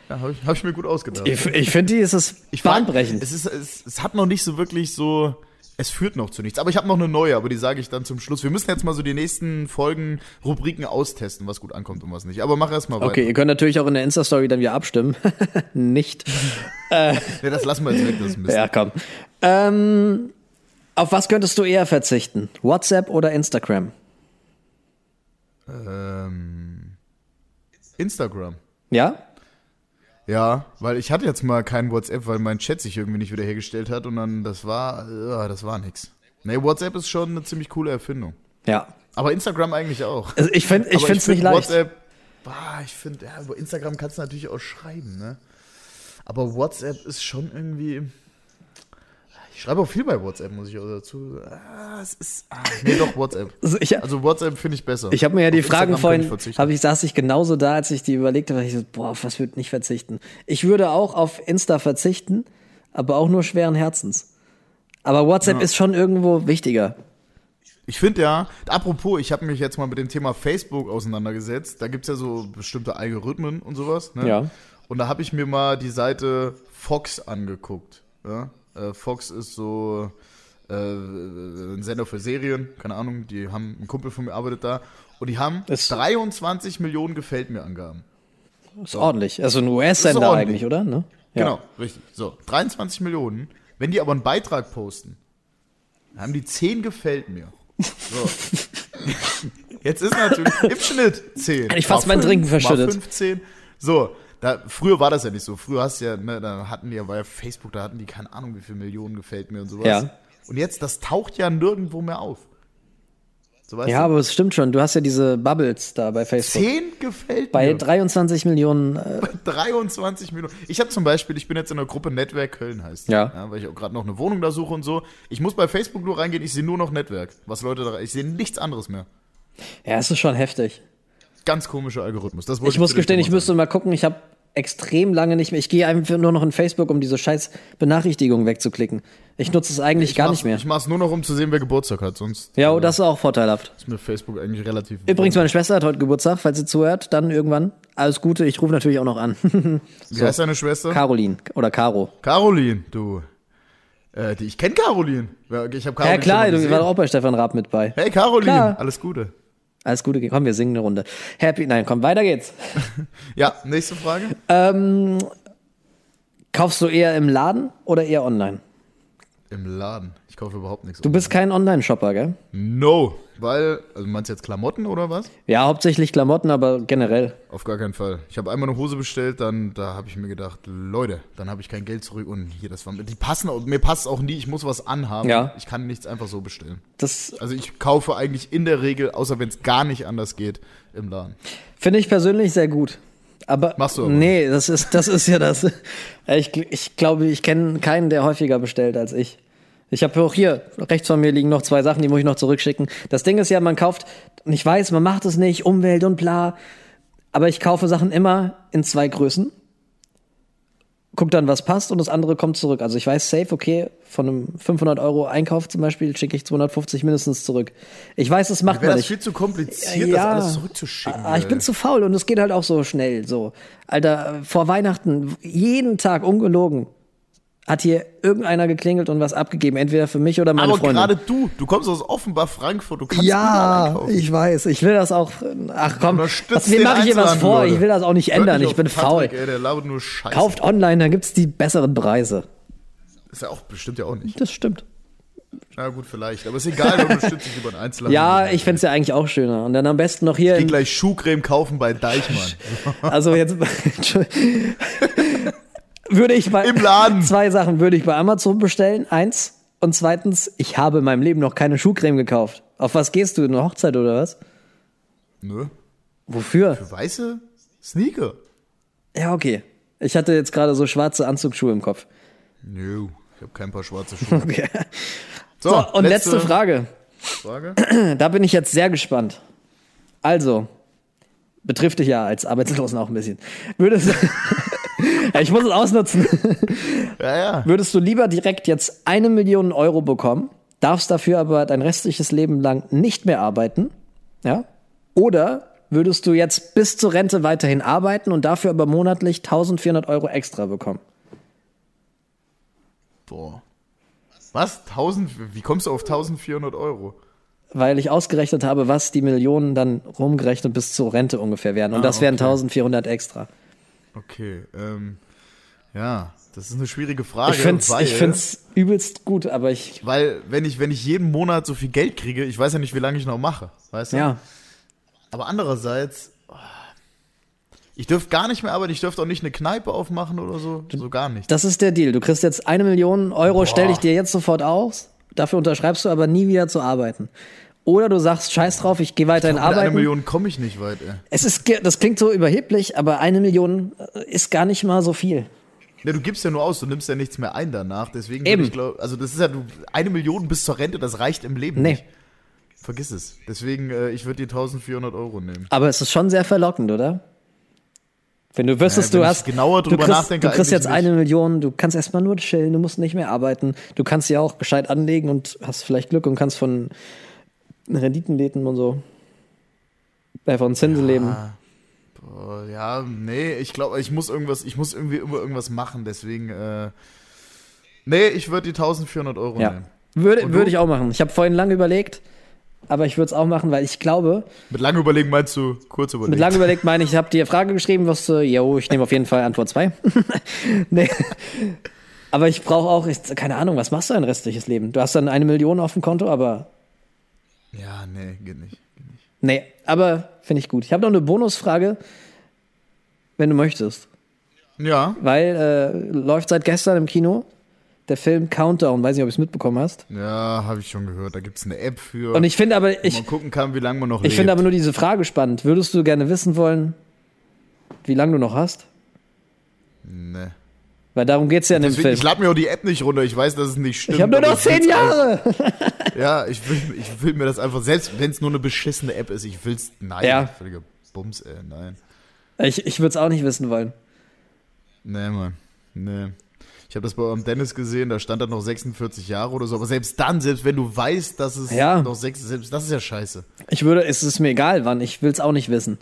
[SPEAKER 2] Ja, habe ich, hab ich mir gut ausgedacht.
[SPEAKER 3] Ich, ich finde, die ist es
[SPEAKER 2] Ich frag-
[SPEAKER 3] bahnbrechend.
[SPEAKER 2] Es, ist, es, es hat noch nicht so wirklich so. Es führt noch zu nichts. Aber ich habe noch eine neue, aber die sage ich dann zum Schluss. Wir müssen jetzt mal so die nächsten Folgen, Rubriken austesten, was gut ankommt und was nicht. Aber mach erst mal
[SPEAKER 3] Okay, ihr könnt natürlich auch in der Insta-Story dann wieder abstimmen. Nicht.
[SPEAKER 2] weiter. Ja, das lassen wir jetzt weg, das Mist.
[SPEAKER 3] Ja, komm. Ähm, auf was könntest du eher verzichten? WhatsApp oder Instagram?
[SPEAKER 2] Ähm, Instagram.
[SPEAKER 3] Ja?
[SPEAKER 2] Ja, weil ich hatte jetzt mal kein WhatsApp, weil mein Chat sich irgendwie nicht wiederhergestellt hat und dann das war, ja, das war nix. Nee, WhatsApp ist schon eine ziemlich coole Erfindung.
[SPEAKER 3] Ja.
[SPEAKER 2] Aber Instagram eigentlich auch.
[SPEAKER 3] Also ich finde es
[SPEAKER 2] Aber
[SPEAKER 3] find's nicht
[SPEAKER 2] find
[SPEAKER 3] leicht.
[SPEAKER 2] WhatsApp, bah, ich finde, ja, über Instagram kannst du natürlich auch schreiben, ne? Aber WhatsApp ist schon irgendwie, Ich schreibe auch viel bei WhatsApp, muss ich auch dazu sagen. Ah, es ist. Ah, nee, doch, WhatsApp.
[SPEAKER 3] Also ich,
[SPEAKER 2] Also WhatsApp finde ich besser.
[SPEAKER 3] Ich habe mir ja die
[SPEAKER 2] Auf
[SPEAKER 3] Fragen
[SPEAKER 2] Instagram
[SPEAKER 3] vorhin,
[SPEAKER 2] könnte ich verzichten.
[SPEAKER 3] hab ich, saß ich genauso da, als ich die überlegte, weil ich so, boah, auf was würde nicht verzichten? Ich würde auch auf Insta verzichten, aber auch nur schweren Herzens. Aber WhatsApp ist schon irgendwo wichtiger.
[SPEAKER 2] Ich finde ja, apropos, ich habe mich jetzt mal mit dem Thema Facebook auseinandergesetzt. Da gibt's ja so bestimmte Algorithmen und sowas. Ne?
[SPEAKER 3] Ja.
[SPEAKER 2] Und da habe ich mir mal die Seite Fox angeguckt. Ja? Äh, Fox ist so äh, ein Sender für Serien, keine Ahnung. Die haben, ein Kumpel von mir arbeitet da. Und die haben
[SPEAKER 3] Ist-
[SPEAKER 2] 23 Millionen Gefällt mir Angaben.
[SPEAKER 3] Ist ordentlich. Also ein US-Sender
[SPEAKER 2] ordentlich.
[SPEAKER 3] eigentlich, oder? Ne? Ja.
[SPEAKER 2] Genau, richtig. So, 23 Millionen. Wenn die aber einen Beitrag posten, dann haben die 10 gefällt mir. So. Jetzt ist natürlich im Schnitt 10.
[SPEAKER 3] Ich fast
[SPEAKER 2] Mal
[SPEAKER 3] mein
[SPEAKER 2] fünf,
[SPEAKER 3] Trinken
[SPEAKER 2] mal
[SPEAKER 3] verschüttet.
[SPEAKER 2] 15. So, da, früher war das ja nicht so. Früher hast du ja, ne, da hatten die ja, war ja Facebook, da hatten die keine Ahnung, wie viele Millionen gefällt mir und sowas.
[SPEAKER 3] Ja.
[SPEAKER 2] Und jetzt, das taucht ja nirgendwo mehr auf. So weißt
[SPEAKER 3] Ja,
[SPEAKER 2] du,
[SPEAKER 3] aber es stimmt schon. Du hast ja diese Bubbles da bei Facebook.
[SPEAKER 2] 10 gefällt
[SPEAKER 3] Bei
[SPEAKER 2] mir.
[SPEAKER 3] 23 Millionen. Äh,
[SPEAKER 2] 23 Millionen. Ich habe zum Beispiel, ich bin jetzt in der Gruppe Netzwerk Köln heißt. die. ne,
[SPEAKER 3] Ja.
[SPEAKER 2] Weil ich auch gerade noch eine Wohnung da suche und so. Ich muss bei Facebook nur reingehen, ich sehe nur noch Netzwerk. Was Leute da, ich sehe nichts anderes mehr.
[SPEAKER 3] ja, es ist schon heftig.
[SPEAKER 2] Ganz komischer Algorithmus. Das wollte
[SPEAKER 3] Ich muss
[SPEAKER 2] für dich
[SPEAKER 3] gestehen, ich
[SPEAKER 2] nochmal
[SPEAKER 3] müsste mal gucken, ich habe extrem lange nicht mehr. Ich gehe einfach nur noch in Facebook, um diese scheiß Benachrichtigungen wegzuklicken. Ich nutze es eigentlich
[SPEAKER 2] sagen.
[SPEAKER 3] gar nicht
[SPEAKER 2] Mach's-
[SPEAKER 3] mehr.
[SPEAKER 2] Ich mach's nur noch, um zu sehen, wer Geburtstag hat. Sonst äh,
[SPEAKER 3] Ja, oh, das ist auch vorteilhaft.
[SPEAKER 2] ist mir Facebook eigentlich relativ.
[SPEAKER 3] Übrigens, meine Schwester hat heute Geburtstag, falls sie zuhört, dann irgendwann. Alles Gute, ich rufe natürlich auch noch an.
[SPEAKER 2] Wie heißt deine Schwester?
[SPEAKER 3] Caroline oder Caro.
[SPEAKER 2] Caroline, du. Äh, die, ich kenne Caroline. Ja, Ich habe Caroline.
[SPEAKER 3] ja klar,
[SPEAKER 2] schon mal
[SPEAKER 3] du warst
[SPEAKER 2] gesehen.
[SPEAKER 3] auch bei Stefan Raab mit bei.
[SPEAKER 2] Hey Caroline,
[SPEAKER 3] Klar.
[SPEAKER 2] alles Gute.
[SPEAKER 3] Alles Gute, komm, wir singen eine Runde. Happy, nein, komm, weiter geht's. Ähm,
[SPEAKER 2] Ja, nächste Frage.
[SPEAKER 3] Kaufst du eher im Laden oder eher online?
[SPEAKER 2] Im Laden. Ich kaufe überhaupt nichts.
[SPEAKER 3] Du bist kein Online-Shopper, gell?
[SPEAKER 2] No, weil, also meinst du jetzt Klamotten oder was?
[SPEAKER 3] Ja, hauptsächlich Klamotten, aber generell.
[SPEAKER 2] Auf gar keinen Fall. Ich habe einmal eine Hose bestellt, dann da habe ich mir gedacht, Leute, dann habe ich kein Geld zurück und hier das war die passen und mir passt auch nie, ich muss was anhaben.
[SPEAKER 3] Ja.
[SPEAKER 2] Ich kann nichts einfach so bestellen.
[SPEAKER 3] Das
[SPEAKER 2] Also ich kaufe eigentlich in der Regel, außer wenn es gar nicht anders geht, im Laden.
[SPEAKER 3] Finde ich persönlich sehr gut. Aber,
[SPEAKER 2] Machst du aber.
[SPEAKER 3] nee, das ist, das ist ja das. Äh, Ich, ich glaube, ich kenne keinen, der häufiger bestellt als ich. Ich habe auch hier, rechts von mir liegen noch zwei Sachen, die muss ich noch zurückschicken. Das Ding ist ja, man kauft, und ich weiß, man macht es nicht, Umwelt und bla, aber ich kaufe Sachen immer in zwei Größen. Guck dann, was passt und das andere kommt zurück. Also ich weiß safe, okay, von einem 500 Euro Einkauf zum Beispiel schicke ich 250 mindestens zurück. Ich weiß, das macht
[SPEAKER 2] Wäre
[SPEAKER 3] man
[SPEAKER 2] das
[SPEAKER 3] nicht.
[SPEAKER 2] viel zu kompliziert,
[SPEAKER 3] Ja.
[SPEAKER 2] das alles zurückzuschicken.
[SPEAKER 3] Ah, ich bin
[SPEAKER 2] ey.
[SPEAKER 3] zu faul und es geht halt auch so schnell. So, Alter, vor Weihnachten jeden Tag ungelogen hat hier irgendeiner geklingelt und was abgegeben, entweder für mich oder meine
[SPEAKER 2] aber
[SPEAKER 3] Freundin.
[SPEAKER 2] gerade du, du kommst aus Offenbar, Frankfurt, du kannst überall
[SPEAKER 3] ja,
[SPEAKER 2] einkaufen.
[SPEAKER 3] ich weiß. Ich will das auch. Ach komm,
[SPEAKER 2] Unterstützt
[SPEAKER 3] was, wem
[SPEAKER 2] den
[SPEAKER 3] mache ich hier was
[SPEAKER 2] Einzelhandel,
[SPEAKER 3] vor?
[SPEAKER 2] Leute.
[SPEAKER 3] Ich will das auch nicht
[SPEAKER 2] Hört
[SPEAKER 3] ändern.
[SPEAKER 2] nicht
[SPEAKER 3] Ich
[SPEAKER 2] auf
[SPEAKER 3] bin
[SPEAKER 2] Patrick,
[SPEAKER 3] faul.
[SPEAKER 2] Ey, der labert nur Scheiße.
[SPEAKER 3] Kauft online, dann gibt's die besseren Preise.
[SPEAKER 2] Ist ja auch bestimmt ja auch nicht.
[SPEAKER 3] Das stimmt.
[SPEAKER 2] Na gut, vielleicht. Aber ist egal, du unterstützt dich über einen Einzelhandel.
[SPEAKER 3] Ja, ich fänd's ja eigentlich auch schöner. Und dann am besten noch hier.
[SPEAKER 2] Geh
[SPEAKER 3] in-
[SPEAKER 2] gleich Schuhcreme kaufen bei Deichmann.
[SPEAKER 3] Also jetzt würde ich bei
[SPEAKER 2] Im Laden.
[SPEAKER 3] zwei Sachen würde ich bei Amazon bestellen. Eins und zweitens, ich habe in meinem Leben noch keine Schuhcreme gekauft. Auf was gehst du? Eine Hochzeit oder was?
[SPEAKER 2] Nö.
[SPEAKER 3] Wofür?
[SPEAKER 2] Weiße Sneaker.
[SPEAKER 3] Ja okay. Ich hatte jetzt gerade so schwarze Anzugsschuhe im Kopf.
[SPEAKER 2] Nö. Ich habe kein paar schwarze Schuhe.
[SPEAKER 3] Okay.
[SPEAKER 2] So,
[SPEAKER 3] So, und letzte Frage.
[SPEAKER 2] Frage.
[SPEAKER 3] Da bin ich jetzt sehr gespannt. Also, betrifft dich ja als Arbeitslosen auch ein bisschen. Würdest Ja, ich muss es ausnutzen.
[SPEAKER 2] Ja, ja.
[SPEAKER 3] Würdest du lieber direkt jetzt eine Million Euro bekommen, darfst dafür aber dein restliches Leben lang nicht mehr arbeiten, ja? Oder würdest du jetzt bis zur Rente weiterhin arbeiten und dafür aber monatlich 1400 Euro extra bekommen?
[SPEAKER 2] Boah. Was? 1000? Wie kommst du auf 1400 Euro?
[SPEAKER 3] Weil ich ausgerechnet habe, was die Millionen dann rumgerechnet bis zur Rente ungefähr wären. Und das wären 1400 extra.
[SPEAKER 2] Okay, ähm. Ja, das ist eine schwierige Frage.
[SPEAKER 3] ich find's,
[SPEAKER 2] Ah, weil,
[SPEAKER 3] ich find's übelst gut, aber ich,
[SPEAKER 2] Weil, wenn ich, wenn ich jeden Monat so viel Geld kriege, ich weiß ja nicht, wie lange ich noch mache. Weißt du?
[SPEAKER 3] ja.
[SPEAKER 2] Aber andererseits. oh, Ich dürfte gar nicht mehr arbeiten, ich dürfte auch nicht eine Kneipe aufmachen oder so. So gar nicht.
[SPEAKER 3] Das ist der Deal. Du kriegst jetzt eine Million Euro, stelle ich dir jetzt sofort aus. Dafür unterschreibst du aber nie wieder zu arbeiten. Oder du sagst, scheiß drauf, ich gehe weiterhin
[SPEAKER 2] Mit einer
[SPEAKER 3] arbeiten.
[SPEAKER 2] Million komme ich nicht weit, ey.
[SPEAKER 3] Es ist, ge- das klingt so überheblich, aber eine Million äh, ist gar nicht mal so viel.
[SPEAKER 2] Ja, Ne, du gibst ja nur aus, du nimmst ja nichts mehr ein danach. Deswegen,
[SPEAKER 3] Eben.
[SPEAKER 2] würde ich glaube, also das ist ja, du, eine Million bis zur Rente, das reicht im Leben
[SPEAKER 3] Nee.
[SPEAKER 2] nicht. Vergiss es. Deswegen, äh, ich würde die 1400 Euro nehmen.
[SPEAKER 3] Aber es ist schon sehr verlockend, oder? Wenn du wüsstest,
[SPEAKER 2] Ja, wenn
[SPEAKER 3] du
[SPEAKER 2] ich
[SPEAKER 3] hast.
[SPEAKER 2] genauer
[SPEAKER 3] du
[SPEAKER 2] drüber
[SPEAKER 3] kriegst,
[SPEAKER 2] nachdenke,
[SPEAKER 3] Du kriegst jetzt
[SPEAKER 2] eigentlich
[SPEAKER 3] eine Million, du kannst erstmal nur chillen, du musst nicht mehr arbeiten. Du kannst sie auch gescheit anlegen und hast vielleicht Glück und kannst von Renditen leben und so. Äh, von Zinsen leben.
[SPEAKER 2] Boah, ja, nee, ich glaube, ich muss irgendwas, ich muss irgendwie immer irgendwas machen. Deswegen, äh, nee, ich würde die 1400 Euro
[SPEAKER 3] Ja.
[SPEAKER 2] nehmen.
[SPEAKER 3] Würde,
[SPEAKER 2] Und
[SPEAKER 3] würde
[SPEAKER 2] du?
[SPEAKER 3] ich auch machen. Ich habe vorhin lange überlegt, aber ich würde es auch machen, weil ich glaube,
[SPEAKER 2] Mit langem Überlegen meinst du kurz überlegen?
[SPEAKER 3] Mit lange überlegt meine ich, ich habe dir Frage geschrieben, was du, jo, ich nehme auf jeden Fall Antwort 2. nee. Aber ich brauche auch, ich, keine Ahnung, was machst du dein restliches Leben? Du hast dann eine Million auf dem Konto, aber
[SPEAKER 2] ja, nee, geht nicht.
[SPEAKER 3] nee, aber finde ich gut. Ich habe noch eine Bonusfrage, wenn du möchtest.
[SPEAKER 2] Ja,
[SPEAKER 3] Weil äh, läuft seit gestern im Kino der Film Countdown, weiß nicht, ob du es mitbekommen hast.
[SPEAKER 2] ja, habe ich schon gehört. Da gibt es eine App für,
[SPEAKER 3] Und ich finde aber,
[SPEAKER 2] wo
[SPEAKER 3] ich,
[SPEAKER 2] man gucken kann, wie lange man noch
[SPEAKER 3] ich
[SPEAKER 2] lebt.
[SPEAKER 3] finde aber nur diese Frage spannend. Würdest du gerne wissen wollen, wie lange du noch hast?
[SPEAKER 2] nee.
[SPEAKER 3] Weil darum geht es ja in dem
[SPEAKER 2] Deswegen,
[SPEAKER 3] Film.
[SPEAKER 2] ich lade mir auch die App nicht runter. Ich weiß, dass es nicht stimmt.
[SPEAKER 3] Ich habe nur
[SPEAKER 2] aber
[SPEAKER 3] noch
[SPEAKER 2] will's
[SPEAKER 3] zehn Jahre.
[SPEAKER 2] einfach- Ja, ich will, ich will mir das einfach, selbst wenn es nur eine beschissene App ist, ich will's. Nein,
[SPEAKER 3] Ja.
[SPEAKER 2] völliger Bums, ey, nein.
[SPEAKER 3] Ich, ich würde es auch nicht wissen wollen.
[SPEAKER 2] Nee, Mann. Nee. Ich habe das bei eurem Dennis gesehen, da stand dann noch 46 Jahre oder so. Aber selbst dann, selbst wenn du weißt, dass es
[SPEAKER 3] Ja.
[SPEAKER 2] noch sechs selbst das ist ja scheiße.
[SPEAKER 3] Ich würde, es ist mir egal wann, ich will es auch nicht wissen.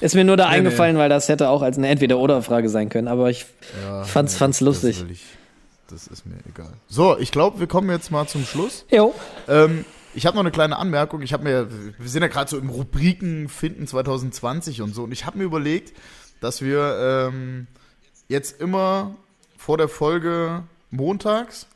[SPEAKER 3] Ist mir nur da eingefallen, weil das hätte auch als eine Entweder-Oder-Frage sein können, aber ich
[SPEAKER 2] Ja,
[SPEAKER 3] fand's, fand's
[SPEAKER 2] Das,
[SPEAKER 3] lustig.
[SPEAKER 2] will ich, das ist mir egal. So, ich glaube, wir kommen jetzt mal zum Schluss.
[SPEAKER 3] Jo.
[SPEAKER 2] Ähm, ich habe noch eine kleine Anmerkung. Ich habe mir, wir sind ja gerade so im Rubriken finden 2020 und so. Und ich habe mir überlegt, dass wir ähm, jetzt immer vor der Folge montags,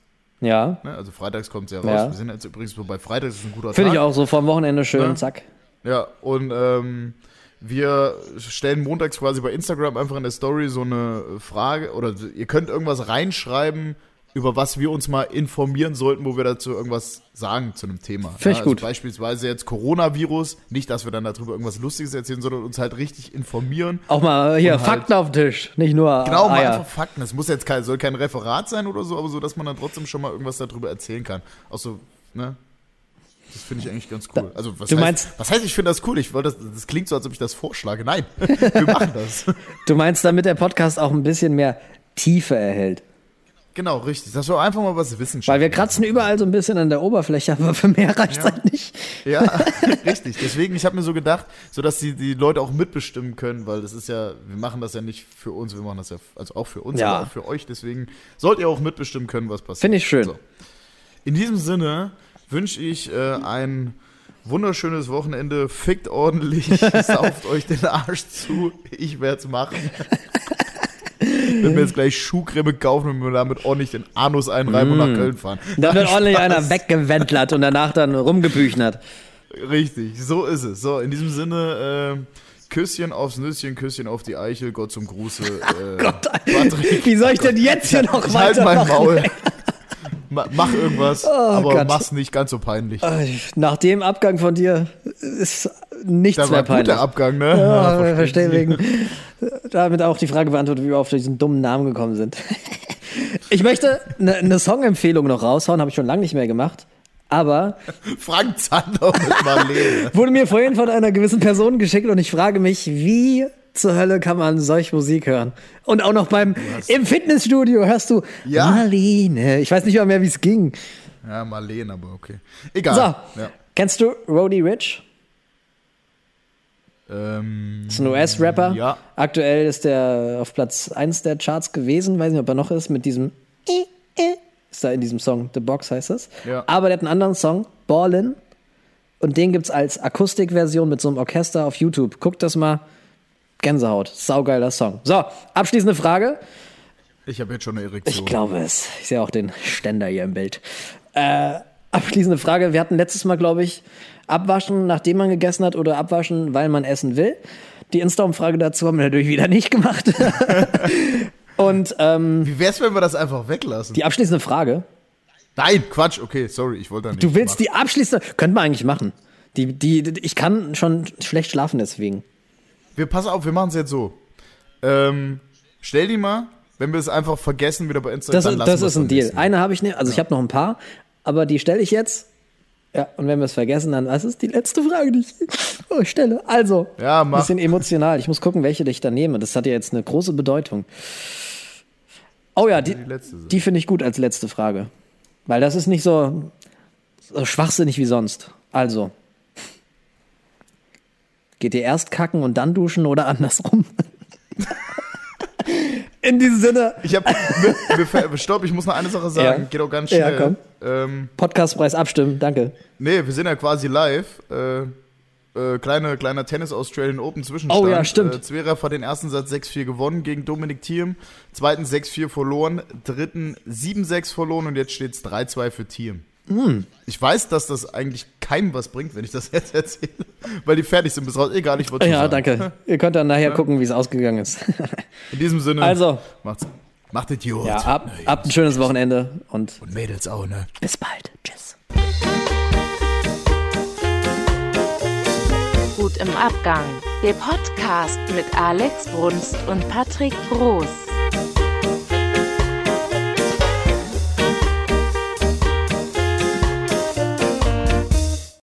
[SPEAKER 3] Ja.
[SPEAKER 2] ne, also freitags kommt's ja raus.
[SPEAKER 3] Ja.
[SPEAKER 2] Wir sind jetzt übrigens bei freitags ist ein guter
[SPEAKER 3] Finde
[SPEAKER 2] Tag.
[SPEAKER 3] ich auch so vorm Wochenende schön,
[SPEAKER 2] Ne?
[SPEAKER 3] zack.
[SPEAKER 2] Ja, und ähm, wir stellen montags quasi bei Instagram einfach in der Story so eine Frage oder ihr könnt irgendwas reinschreiben, über was wir uns mal informieren sollten, wo wir dazu irgendwas sagen zu einem Thema. also
[SPEAKER 3] Finde ich gut.
[SPEAKER 2] Beispielsweise jetzt Coronavirus, nicht, dass wir dann darüber irgendwas Lustiges erzählen, sondern uns halt richtig informieren.
[SPEAKER 3] Auch mal hier
[SPEAKER 2] Und halt-
[SPEAKER 3] Fakten auf den Tisch, nicht nur
[SPEAKER 2] Genau, mal
[SPEAKER 3] Eier.
[SPEAKER 2] einfach Fakten. Es muss jetzt kein, soll kein Referat sein oder so, aber so, dass man dann trotzdem schon mal irgendwas darüber erzählen kann. Auch so, ne? Das finde ich eigentlich ganz cool. Also, was
[SPEAKER 3] du
[SPEAKER 2] heißt,
[SPEAKER 3] meinst-
[SPEAKER 2] was heißt, ich finde das cool? Ich wollte das, das klingt so, als ob ich das vorschlage. Nein, wir machen das.
[SPEAKER 3] Du meinst, damit der Podcast auch ein bisschen mehr Tiefe erhält.
[SPEAKER 2] Genau, richtig. Das war einfach mal was Wissenschaft.
[SPEAKER 3] Weil wir kratzen überall so ein bisschen an der Oberfläche, aber für mehr reicht's halt nicht.
[SPEAKER 2] Ja, richtig. Deswegen, ich habe mir so gedacht, so dass die, die Leute auch mitbestimmen können, weil das ist ja, wir machen das ja nicht für uns, wir machen das ja, also auch für uns,
[SPEAKER 3] Ja.
[SPEAKER 2] aber auch für euch. Deswegen sollt ihr auch mitbestimmen können, was passiert.
[SPEAKER 3] Finde ich schön.
[SPEAKER 2] So. In diesem Sinne wünsche ich äh, ein wunderschönes Wochenende. Fickt ordentlich, sauft euch den Arsch zu. Ich werde es machen. Ich will mir jetzt gleich Schuhcreme kaufen und mir damit ordentlich den Anus einreiben und nach Köln fahren.
[SPEAKER 3] Mm. Da wird
[SPEAKER 2] Nein,
[SPEAKER 3] ordentlich
[SPEAKER 2] Spaß.
[SPEAKER 3] einer weggewendlert und danach dann rumgebüchnert.
[SPEAKER 2] Richtig, so ist es. So, in diesem Sinne, äh, Küsschen aufs Nüsschen, Küsschen auf die Eichel, Gott zum Gruße. Äh, Gott, Patrick,
[SPEAKER 3] Wie soll ich denn jetzt hier noch
[SPEAKER 2] ich halt mein
[SPEAKER 3] weitermachen? Oh
[SPEAKER 2] Maul. Ma mach irgendwas, aber
[SPEAKER 3] Gott.
[SPEAKER 2] mach's nicht ganz so peinlich.
[SPEAKER 3] Nach dem Abgang von dir ist nichts
[SPEAKER 2] Da
[SPEAKER 3] mehr
[SPEAKER 2] war gut
[SPEAKER 3] peinlich.
[SPEAKER 2] der Abgang, ne?
[SPEAKER 3] Ja,
[SPEAKER 2] verstehe.
[SPEAKER 3] verstehe wegen. Damit auch die Frage beantwortet, wie wir auf diesen dummen Namen gekommen sind. Ich möchte eine eine Songempfehlung noch raushauen, habe ich schon lange nicht mehr gemacht. Aber
[SPEAKER 2] Frank Zander mit Marlene.
[SPEAKER 3] wurde mir vorhin von einer gewissen Person geschickt und ich frage mich, wie zur Hölle kann man solch Musik hören? Und auch noch beim im Fitnessstudio hörst du
[SPEAKER 2] Ja.
[SPEAKER 3] Marlene. Ich weiß nicht mal mehr, wie es ging.
[SPEAKER 2] ja, Marlene, aber okay.
[SPEAKER 3] So,
[SPEAKER 2] Egal. Ja.
[SPEAKER 3] kennst du Roddy Rich?
[SPEAKER 2] Ähm,
[SPEAKER 3] Ist ein US-Rapper.
[SPEAKER 2] Ja.
[SPEAKER 3] Aktuell ist er auf Platz 1 der Charts gewesen. Weiß nicht, ob er noch ist. Mit diesem. Ist da in diesem Song. The Box heißt es.
[SPEAKER 2] Ja.
[SPEAKER 3] Aber der hat einen anderen Song, Ballin. Und den gibt's als Akustikversion mit so einem Orchester auf YouTube. Guckt das mal. Gänsehaut. Saugeiler Song. So, abschließende Frage.
[SPEAKER 2] ich habe jetzt schon eine Erektion.
[SPEAKER 3] Ich glaube es. Ich sehe auch den Ständer hier im Bild. Äh, abschließende Frage. Wir hatten letztes Mal, glaube ich, abwaschen, nachdem man gegessen hat oder abwaschen, weil man essen will. Die Insta-Umfrage dazu haben wir natürlich wieder nicht gemacht. Und ähm,
[SPEAKER 2] Wie wär's, wenn wir das einfach weglassen?
[SPEAKER 3] die abschließende Frage.
[SPEAKER 2] Nein, Quatsch. Okay, sorry, ich wollte da nicht.
[SPEAKER 3] Du willst
[SPEAKER 2] machen.
[SPEAKER 3] die abschließende... Könnte man eigentlich machen. Die, die, die, ich kann schon schlecht schlafen deswegen.
[SPEAKER 2] Wir pass auf, wir machen's jetzt so. Ähm, stell die mal Wenn wir es einfach vergessen, wieder bei Instagram,
[SPEAKER 3] Das,
[SPEAKER 2] dann
[SPEAKER 3] ist-
[SPEAKER 2] lassen
[SPEAKER 3] das
[SPEAKER 2] wir
[SPEAKER 3] ist
[SPEAKER 2] es
[SPEAKER 3] ein
[SPEAKER 2] am
[SPEAKER 3] Deal.
[SPEAKER 2] nächsten Mal.
[SPEAKER 3] Eine habe ich nicht, also ich habe noch ein paar, aber die stelle ich jetzt. Ja, und wenn wir es vergessen, dann was ist die letzte Frage, die ich oh, stelle? Also,
[SPEAKER 2] Ja, mach.
[SPEAKER 3] ein bisschen emotional. Ich muss gucken, welche ich da nehme. Das hat ja jetzt eine große Bedeutung. Oh ja, die,
[SPEAKER 2] Die letzte Sache.
[SPEAKER 3] die finde ich gut als letzte Frage. Weil das ist nicht so, so schwachsinnig wie sonst. Also, geht ihr erst kacken und dann duschen oder andersrum? In diesem Sinne,
[SPEAKER 2] Ich hab, mir, mir, fällt- stopp, ich muss noch eine Sache sagen.
[SPEAKER 3] Ja.
[SPEAKER 2] Geht auch ganz
[SPEAKER 3] Ja,
[SPEAKER 2] schnell.
[SPEAKER 3] komm.
[SPEAKER 2] Ähm,
[SPEAKER 3] Podcastpreis abstimmen, danke.
[SPEAKER 2] nee, wir sind ja quasi live. Äh, äh, kleine, kleiner Tennis Australian Open Zwischenstand.
[SPEAKER 3] Oh ja, stimmt.
[SPEAKER 2] Äh, Zverev hat den ersten Satz 6-4 gewonnen gegen Dominik Thiem, zweiten 6-4 verloren, dritten 7-6 verloren und jetzt steht's 3-2 für Thiem.
[SPEAKER 3] Hm.
[SPEAKER 2] Ich weiß, dass das eigentlich keinem was bringt, wenn ich das jetzt erzähle, weil die fertig sind bis raus. Egal, ich wollte schon
[SPEAKER 3] Ja,
[SPEAKER 2] sagen.
[SPEAKER 3] danke. Ihr könnt dann nachher gucken, wie es ausgegangen ist.
[SPEAKER 2] In diesem Sinne,
[SPEAKER 3] Also.
[SPEAKER 2] macht's, macht Idiot.
[SPEAKER 3] Ja, ab, ab ein schönes Wochenende und
[SPEAKER 2] Und Mädels auch, ne?
[SPEAKER 3] bis bald. Tschüss.
[SPEAKER 1] Gut im Abgang. Der Podcast mit Alex Brunst und Patrick Groß.